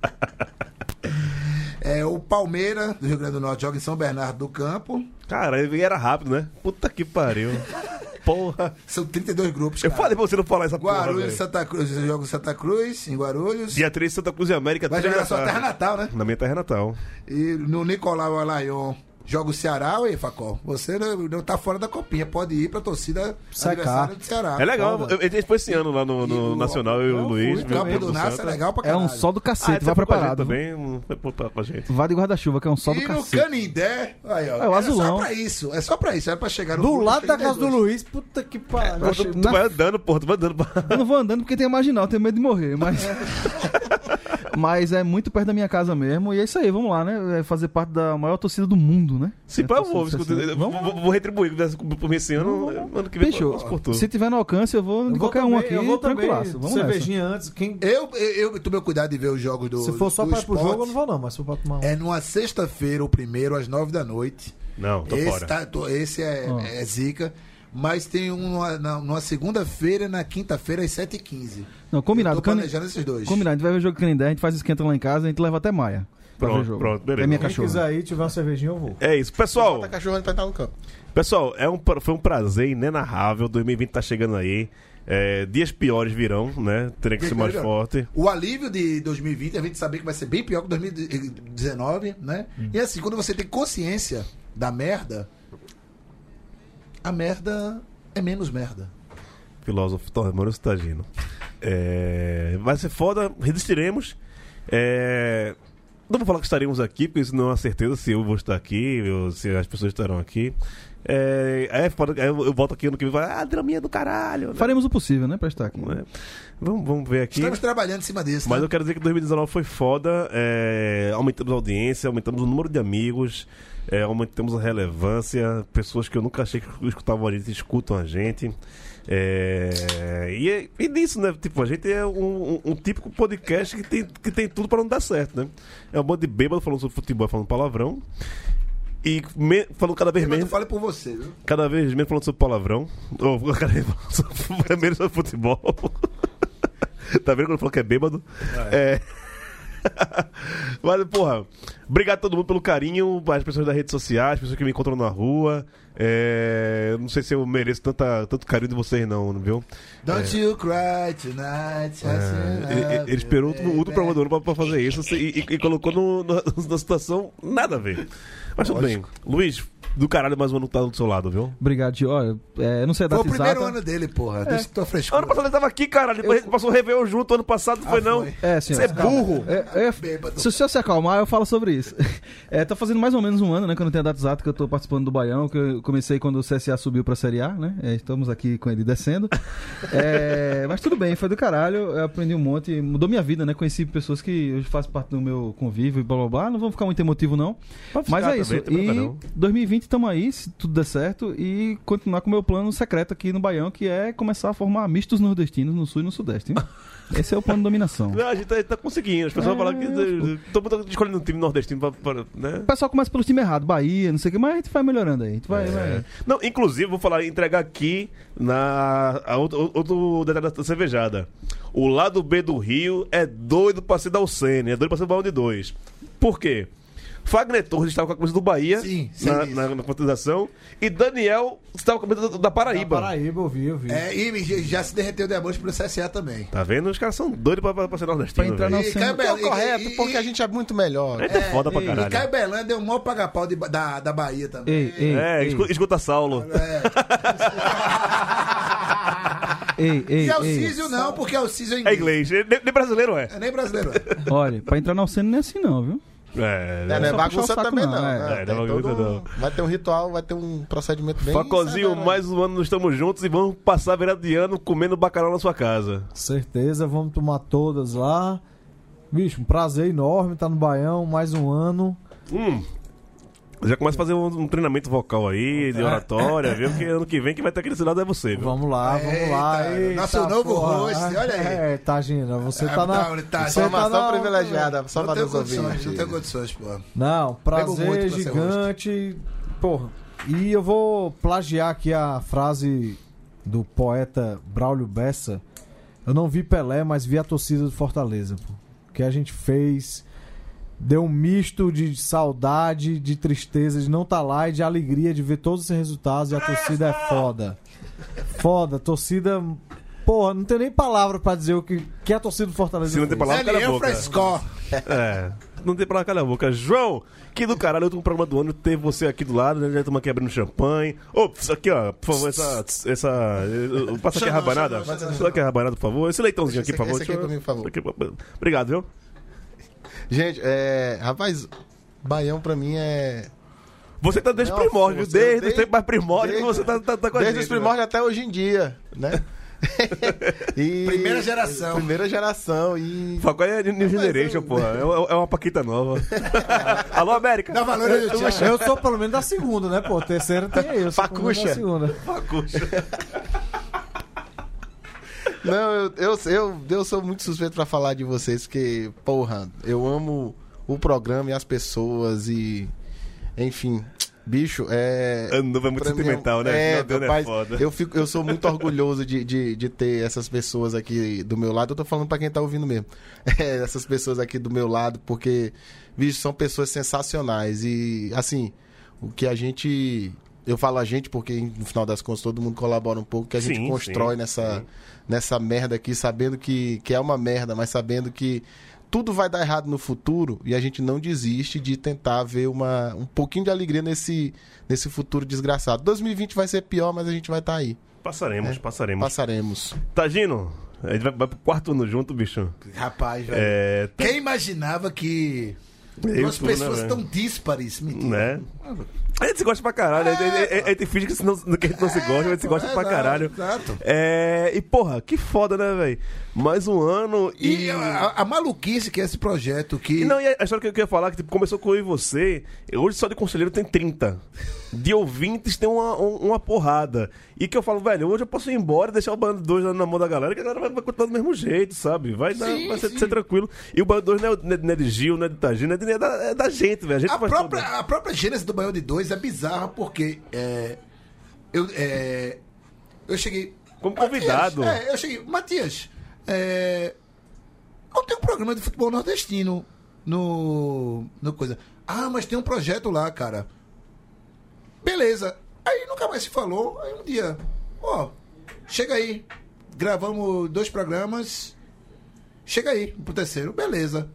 C: É, o Palmeira, do Rio Grande do Norte, joga em São Bernardo do Campo.
A: Cara, ele era rápido, né? Puta que pariu. Porra.
C: São 32 grupos.
A: Eu
C: cara.
A: falei pra você não falar essa porra.
C: Guarulhos,
A: velho.
C: Santa Cruz. Você joga em Santa Cruz, em Guarulhos.
A: Dia 3, Santa Cruz e América.
C: Vai
A: três
C: jogar
A: da
C: na sua
A: tarde.
C: terra natal, né?
A: Na minha terra natal.
C: E no Nicolau Alayon. Joga o Ceará, aí, Facol. Você não, não tá fora da copinha. Pode ir pra torcida
B: Sai
C: adversária
B: cá.
C: do Ceará.
A: É legal.
B: foda.
A: Eu, eu, foi esse ano lá no, no
C: E o-
A: Nacional, eu e o
B: eu
A: Luiz.
C: O
A: meu
C: campo
A: amigo
C: do Nácio é
A: Santa.
C: legal pra
D: É
C: caralho.
D: um só do
A: Ah,
D: cacete,
A: você
D: vai
A: foi com a gente
D: preparado. viu?
A: também, não foi pra- pra gente.
D: Vai de guarda-chuva, que é um só
C: E
D: do
C: no
D: cacete.
C: Canindé, aí, ó.
B: É o azulão.
C: só pra isso. É só pra isso. É pra chegar no
B: Do
C: grupo
B: lado da
C: 32.
B: casa do Luiz, puta que pariu.
A: Pô, tu, tu
D: na-
A: vai andando, porra, tu vai andando. pra-
D: Eu não vou andando porque tem marginal, tenho medo de morrer, mas. mas é muito perto da minha casa mesmo. E é isso aí, vamos lá, né? É fazer parte da maior torcida do mundo, né?
A: Se
D: É a
A: pá, eu
D: torcida
A: vou,
D: do
A: escuta, eu
D: 60.
A: vou,
D: Vamos?
A: vou, vou retribuir por mim esse ano, ano que vem.
D: Fechou.
A: por- por tu.
D: Se tiver no alcance, eu vou de
B: Eu vou
D: qualquer um
B: também,
D: aqui,
B: eu vou também.
D: tranquilaço. Vamos nessa.
B: Cervejinha antes. Quem...
C: Eu, eu, eu tomei cuidado de ver os jogos do.
B: Se for só
C: do
B: pra ir pro
C: esporte.
B: jogo, eu não vou não, mas se for pra tomar um.
C: É numa sexta-feira, o primeiro, às nove da noite.
A: Não, tô
C: esse,
A: fora.
C: tá- tô- esse é,
B: Ah.
D: Ó.
C: é zica. Mas tem um numa, na- numa segunda-feira e na quinta-feira, às 7h15.
D: Não, combinado.
C: Tô
D: Cani-
C: planejando esses dois.
D: Combinado, a gente vai ver o jogo de Canindé, a gente faz esquenta lá em casa, a gente leva até Maia. pra
A: Pronto,
D: ver o jogo.
A: pronto, beleza.
D: É minha
A: Quem
B: Quem quiser
D: cachorra.
B: aí, tiver uma cervejinha, eu vou.
A: É isso. Pessoal,
E: Bota Tá cachorro pra entrar no campo.
A: pessoal é um, pra- foi um prazer inenarrável. 2020 tá chegando aí. É, dias piores virão, né? Teria que ser mais forte.
C: O alívio de 2020 é a gente saber que vai ser bem pior que 2019, né?
B: Hum.
C: E assim, quando você tem consciência da merda, a merda é menos merda.
A: Filósofo Tormônio Citagino. É, vai ser foda, resistiremos. É, não vou falar que estaremos aqui, porque isso não é uma certeza se eu vou estar aqui ou se as pessoas estarão aqui. É, aí é foda, aí eu, eu volto aqui ano que vem e falo, ah, draminha do caralho. né?
D: Faremos o possível, né, pra estar aqui.
A: Né? Vamos, vamos ver aqui.
C: Estamos trabalhando em cima disso.
A: Mas
C: né?
A: eu quero dizer que 2019 foi foda. é, aumentamos a audiência, aumentamos o número de amigos, é, aumentamos a relevância. Pessoas que eu nunca achei que escutavam a gente escutam a gente. É, e, é- e nisso, né? Tipo, a gente é um, um- um típico podcast que tem, que tem tudo pra não dar certo, né? É um bando de bêbado falando sobre futebol, falando palavrão. E me- falando cada vez
C: Mas eu
A: menos.
C: falei por você, viu?
A: Cada vez menos falando sobre palavrão. Ou cada vez falando sobre- primeiro é sobre futebol. tá vendo quando falou que é bêbado? É. Mas, porra, Obrigado a todo mundo pelo carinho, as pessoas das redes sociais, as pessoas que me encontram na rua. É, Não sei se eu mereço tanta, tanto carinho de vocês, não, não viu?
C: Don't you cry tonight.
A: É, ele, ele- ele esperou o último programa do ano pra, pra fazer isso e, e- e colocou no- no- na situação nada a ver. Mas tudo bem. Luiz, do caralho, mais um ano que tá do seu lado, viu?
D: Obrigado, Gio. Olha, é, eu não sei a
C: Foi
D: data
C: o
A: né?
C: primeiro
D: exata.
C: ano dele, porra.
D: É.
C: Deixa que tô frescura. Ah,
A: Ano passado ele tava aqui, cara. Ele passou o Réveillon junto ano passado, não Ah, foi não?
D: É,
A: Você
D: senhor.
A: é burro.
D: É, é, se o senhor se acalmar, eu falo sobre isso. É, tá fazendo mais ou menos um ano, né? Que eu não tenho a data exata que eu tô participando do Baião, que eu comecei quando o CSA subiu pra Série A, né? É, estamos aqui com ele descendo. É, mas tudo bem, foi do caralho. Eu aprendi um monte, mudou minha vida, né? Conheci pessoas que hoje fazem parte do meu convívio e blá blá blá. Não vamos ficar muito emotivo, não.
A: Pode
D: mas
A: ficar
D: é isso.
A: também, tem problema
D: e
A: não.
D: 2020 estamos aí, se tudo der certo, e continuar com o meu plano secreto aqui no Baião, que é começar a formar mistos nordestinos no sul e no sudeste. hein? Esse é o plano de dominação.
A: Não, a gente tá, a gente tá conseguindo. As pessoas
D: É,
A: falam que. Todo mundo tá escolhendo um time nordestino pra. pra- né?
D: O pessoal começa pelo time errado, Bahia, não sei o que, mas a gente vai melhorando aí. A gente vai,
A: É.
D: vai.
A: Não, inclusive, vou falar, entregar aqui na a outro, outro detalhe da cervejada. O lado B do Rio é doido pra ser da Alcene, é doido pra ser do Balão de dois. Por quê? Fagner Torres estava com a camisa do Bahia na, na, na contratação e Daniel estava com a camisa da, da Paraíba.
B: Paraíba, eu vi, eu vi.
C: É, e já- já se derreteu diamante pro CSA também.
A: Tá vendo? Os caras são doidos pra, pra, pra ser nordestino. velho.
C: E Caio
E: O que é o
C: Belandi-
E: correto,
C: e-
E: porque
C: e-
E: a gente é muito melhor.
A: É, tá foda pra
C: e-
A: caralho.
C: E Caio Belândia é o maior paga-pau de Ba- da, da Bahia também.
D: Ei, ei,
A: É,
D: ei,
A: escuta, escuta Saulo.
E: é
D: ei, ei,
C: e
D: ei.
C: Alcísio não, porque Alcísio é
A: É
C: inglês.
A: inglês, nem, nem brasileiro é.
C: É nem brasileiro. é.
D: Olha, pra entrar na Alcântara não é assim não, viu?
A: É,
E: É, não
D: Só
E: é
D: puxar o
E: bagunça
D: saco
E: também
D: não,
E: não.
D: é.
E: né?
A: É,
E: Tem
A: não é bagunça
E: todo um-
A: não.
E: Vai ter um ritual, vai ter um procedimento bem.
A: Facozinho,
E: severo, né?
A: mais um ano nós estamos juntos e vamos passar a virada de ano comendo bacalhau na sua casa.
B: Certeza, vamos tomar todas lá. Bicho, um prazer enorme estar no Baião, mais um ano.
A: Hum. Já começa a fazer um, um treinamento vocal aí,
E: É.
A: de oratória, viu? Porque ano que vem quem vai estar aqui desse lado é você, viu?
B: Vamos lá, vamos lá.
C: Eita, nosso novo host, olha aí.
B: É, tá, Gina, você
C: É,
B: tá na...
C: tá, tá,
B: você
E: Informação
B: tá na-
E: privilegiada, só
C: Não
E: para
C: tenho
E: os ouvintes.
C: condições, não tenho condições, pô.
B: Não,
C: Pego muito
B: prazer
C: pra ser
B: gigante. Porra. E eu vou plagiar aqui a frase do poeta Braulio Bessa. Eu não vi Pelé, mas vi a torcida do Fortaleza. Pô. O que a gente fez deu um misto de saudade, de tristeza de não estar lá e de alegria de ver todos esses resultados. E a torcida é foda. Foda, torcida. Porra, não tem nem palavra pra dizer o que, que a torcida do Fortaleza
A: Se não tem
B: fez.
A: palavra, cala a
C: Daniel
A: boca.
C: Frescó.
A: É. Não tem palavra, cala a boca. João, que do caralho, último programa do ano, teve você aqui do lado, né? Já estamos aqui abrindo champanhe. Ô, isso aqui, ó, por favor, essa. essa eh, eh, passa aqui a
C: Chama,
A: rabanada.
C: chama, chama,
A: Passa aqui a rabanada, por favor. Esse leitãozinho aqui,
E: Esse
A: por favor.
E: aqui- esse aqui comigo, por favor.
A: Isso aqui, Obrigado, viu?
E: Gente, é. Rapaz, Baião pra mim é.
A: Você tá desde
E: É
A: o
E: uma
A: primórdio,
E: força,
A: desde os
E: desde-
A: tempos mais primórdios que
E: desde-
A: você tá, tá, tá com a
E: Desde os
A: gente, né?
E: primórdios até hoje em dia, né? E-
C: Primeira geração.
E: Primeira geração. E.
A: Facó é New Generation, pô. É, uma- é uma Paquita nova. Alô, América.
C: Dá valor aí, tio.
B: Eu sou pelo menos da segunda, né, pô? Terceira tem eu. sou pelo menos da
E: Facuxa.
B: segunda.
E: Não, eu, eu, eu, eu sou muito suspeito pra falar de vocês, porque, porra, eu amo o programa e as pessoas e. Enfim. Bicho, é.
A: Ano novo é muito
E: pra mim
A: sentimental, né?
E: É,
A: Final de ano é
E: rapaz,
A: foda.
E: Eu, fico, eu sou muito orgulhoso de, de, de ter essas pessoas aqui do meu lado. Eu tô falando pra quem tá ouvindo mesmo. É, essas pessoas aqui do meu lado, porque, bicho, são pessoas sensacionais. E, assim, o que a gente. Eu falo a gente porque, no final das contas, todo mundo colabora um pouco, que a gente
A: Sim,
E: constrói
A: sim,
E: nessa, nessa merda aqui, sabendo que, que é uma merda, mas sabendo que tudo vai dar errado no futuro e a gente não desiste de tentar ver uma, um pouquinho de alegria nesse, nesse futuro desgraçado. 2020 vai ser pior, mas a gente vai estar aí.
A: Passaremos, passaremos.
E: Passaremos.
A: Tagino, a gente vai, vai pro quarto ano junto, bicho.
C: Rapaz, velho.
A: É.
C: Quem imaginava que
A: Eu
C: as
A: sou, né,
C: pessoas
A: velho?
C: tão díspares? Mentira.
A: Né? A gente se gosta pra caralho. A gente- a gente, a gente finge que, se não, que a gente não se gosta, mas a gente se
C: pô,
A: gosta
C: é,
A: pra
C: não,
A: caralho.
C: exato.
A: É, e porra, que foda, né, velho? Mais um ano e.
C: E a, a maluquice que é esse projeto que.
A: E não, e a história que eu queria falar, que tipo, começou com eu e você, hoje só de conselheiro tem 30. De ouvintes tem uma, um- uma porrada. E que eu falo, velho, hoje eu posso ir embora e deixar o Bando 2 na mão da galera, que a galera vai, vai continuar do mesmo jeito, sabe? Vai, dar- vai ser, ser tranquilo. E o Bando 2 não é, não é- não é de Gil, não é de Tagino, é, de- é da, é da gente, velho. A gente
C: A
A: faz tudo.
C: própria, a própria gênese do Baião de Dois é bizarra porque é, eu, é, eu cheguei.
A: Como convidado.
C: Matias, é, eu cheguei. Matias, é, não tem um programa de futebol nordestino. no, no coisa. Ah, mas tem um projeto lá, cara. Beleza. Aí nunca mais se falou. Aí um dia, ó, chega aí. Gravamos dois programas. Chega aí pro terceiro. Beleza.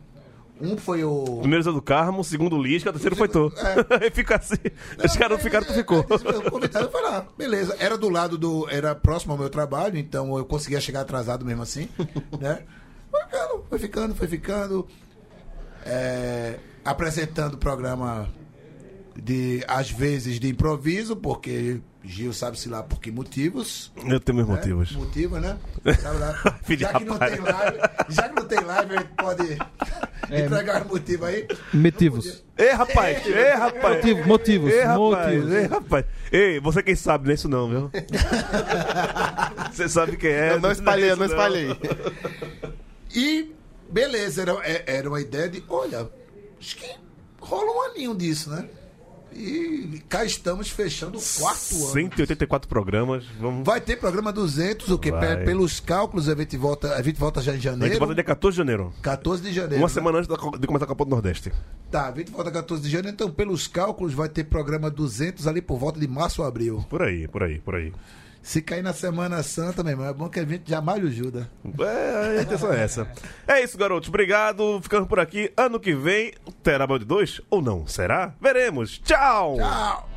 C: Um foi o.
A: Primeiro Zé do Carmo, o segundo o Lisca, o terceiro foi tu. Aí fica assim. Os caras não é. ficaram, tu ficou.
C: O convidado foi lá, beleza. Era do lado do. Era próximo ao meu trabalho, então eu conseguia chegar atrasado mesmo assim. Né? Foi ficando, foi ficando, foi ficando. É, apresentando o programa de, às vezes, de improviso, porque Gil sabe-se lá por que motivos.
A: Eu tenho meus
C: né?
A: motivos.
C: Motivo, né? Sabe lá.
A: Filho de
C: já, que não
A: rapaz.
C: tem live, já que não tem live, ele pode
D: É,
C: entregar o motivo aí.
D: Motivos.
A: Ei, É, rapaz! Ei, rapaz!
D: Motivo- motivos,
A: Ei, rapaz!
D: motivos.
A: Ei, rapaz! Ei, você quem sabe, não é isso não, viu? você sabe quem é.
M: Eu não espalhei, eu não
A: isso
M: espalhei.
C: E beleza, era, é- era uma ideia de, olha, acho que rola um aninho disso, né? E cá estamos fechando o quarto ano.
A: 184 programas. Vamos...
C: Vai ter programa 200, o que?
A: Vai.
C: Pe- Pelos cálculos, a gente volta, a gente volta já
A: A
C: em
A: gente
C: janeiro.
A: volta dia 14 de janeiro.
C: 14 de janeiro.
A: Uma
C: né?
A: semana antes da co- de começar a Copa do Nordeste.
C: Tá, 20 volta 14 de janeiro, então pelos cálculos vai ter programa 200 ali por volta de março ou abril.
A: Por aí, por aí, por aí.
C: Se cair na Semana Santa, meu irmão, é bom que a gente já malha o Judas.
A: É, a intenção é essa. É isso, garotos. Obrigado. Ficamos por aqui. Ano que vem, terá Band 2 ou não? Será? Veremos. Tchau!
C: Tchau!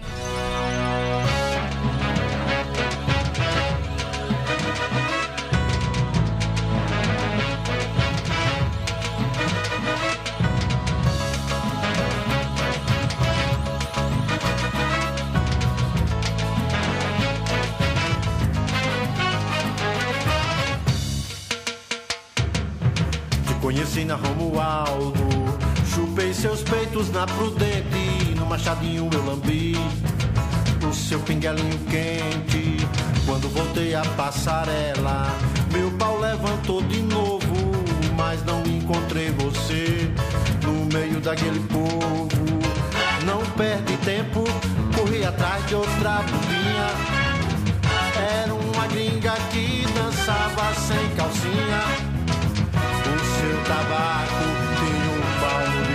E: Te conheci na Romualdo, chupei seus peitos na Prudente, no machadinho eu lambi o seu pinguelinho quente. Quando voltei à passarela, meu pau levantou de novo, mas não encontrei você no meio daquele povo. Não perde tempo, corri atrás de outra bobinha. Era uma gringa que dançava sem calcinha. O seu tabaco tem um palmo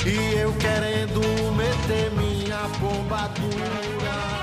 E: de largura E eu querendo meter minha bomba dura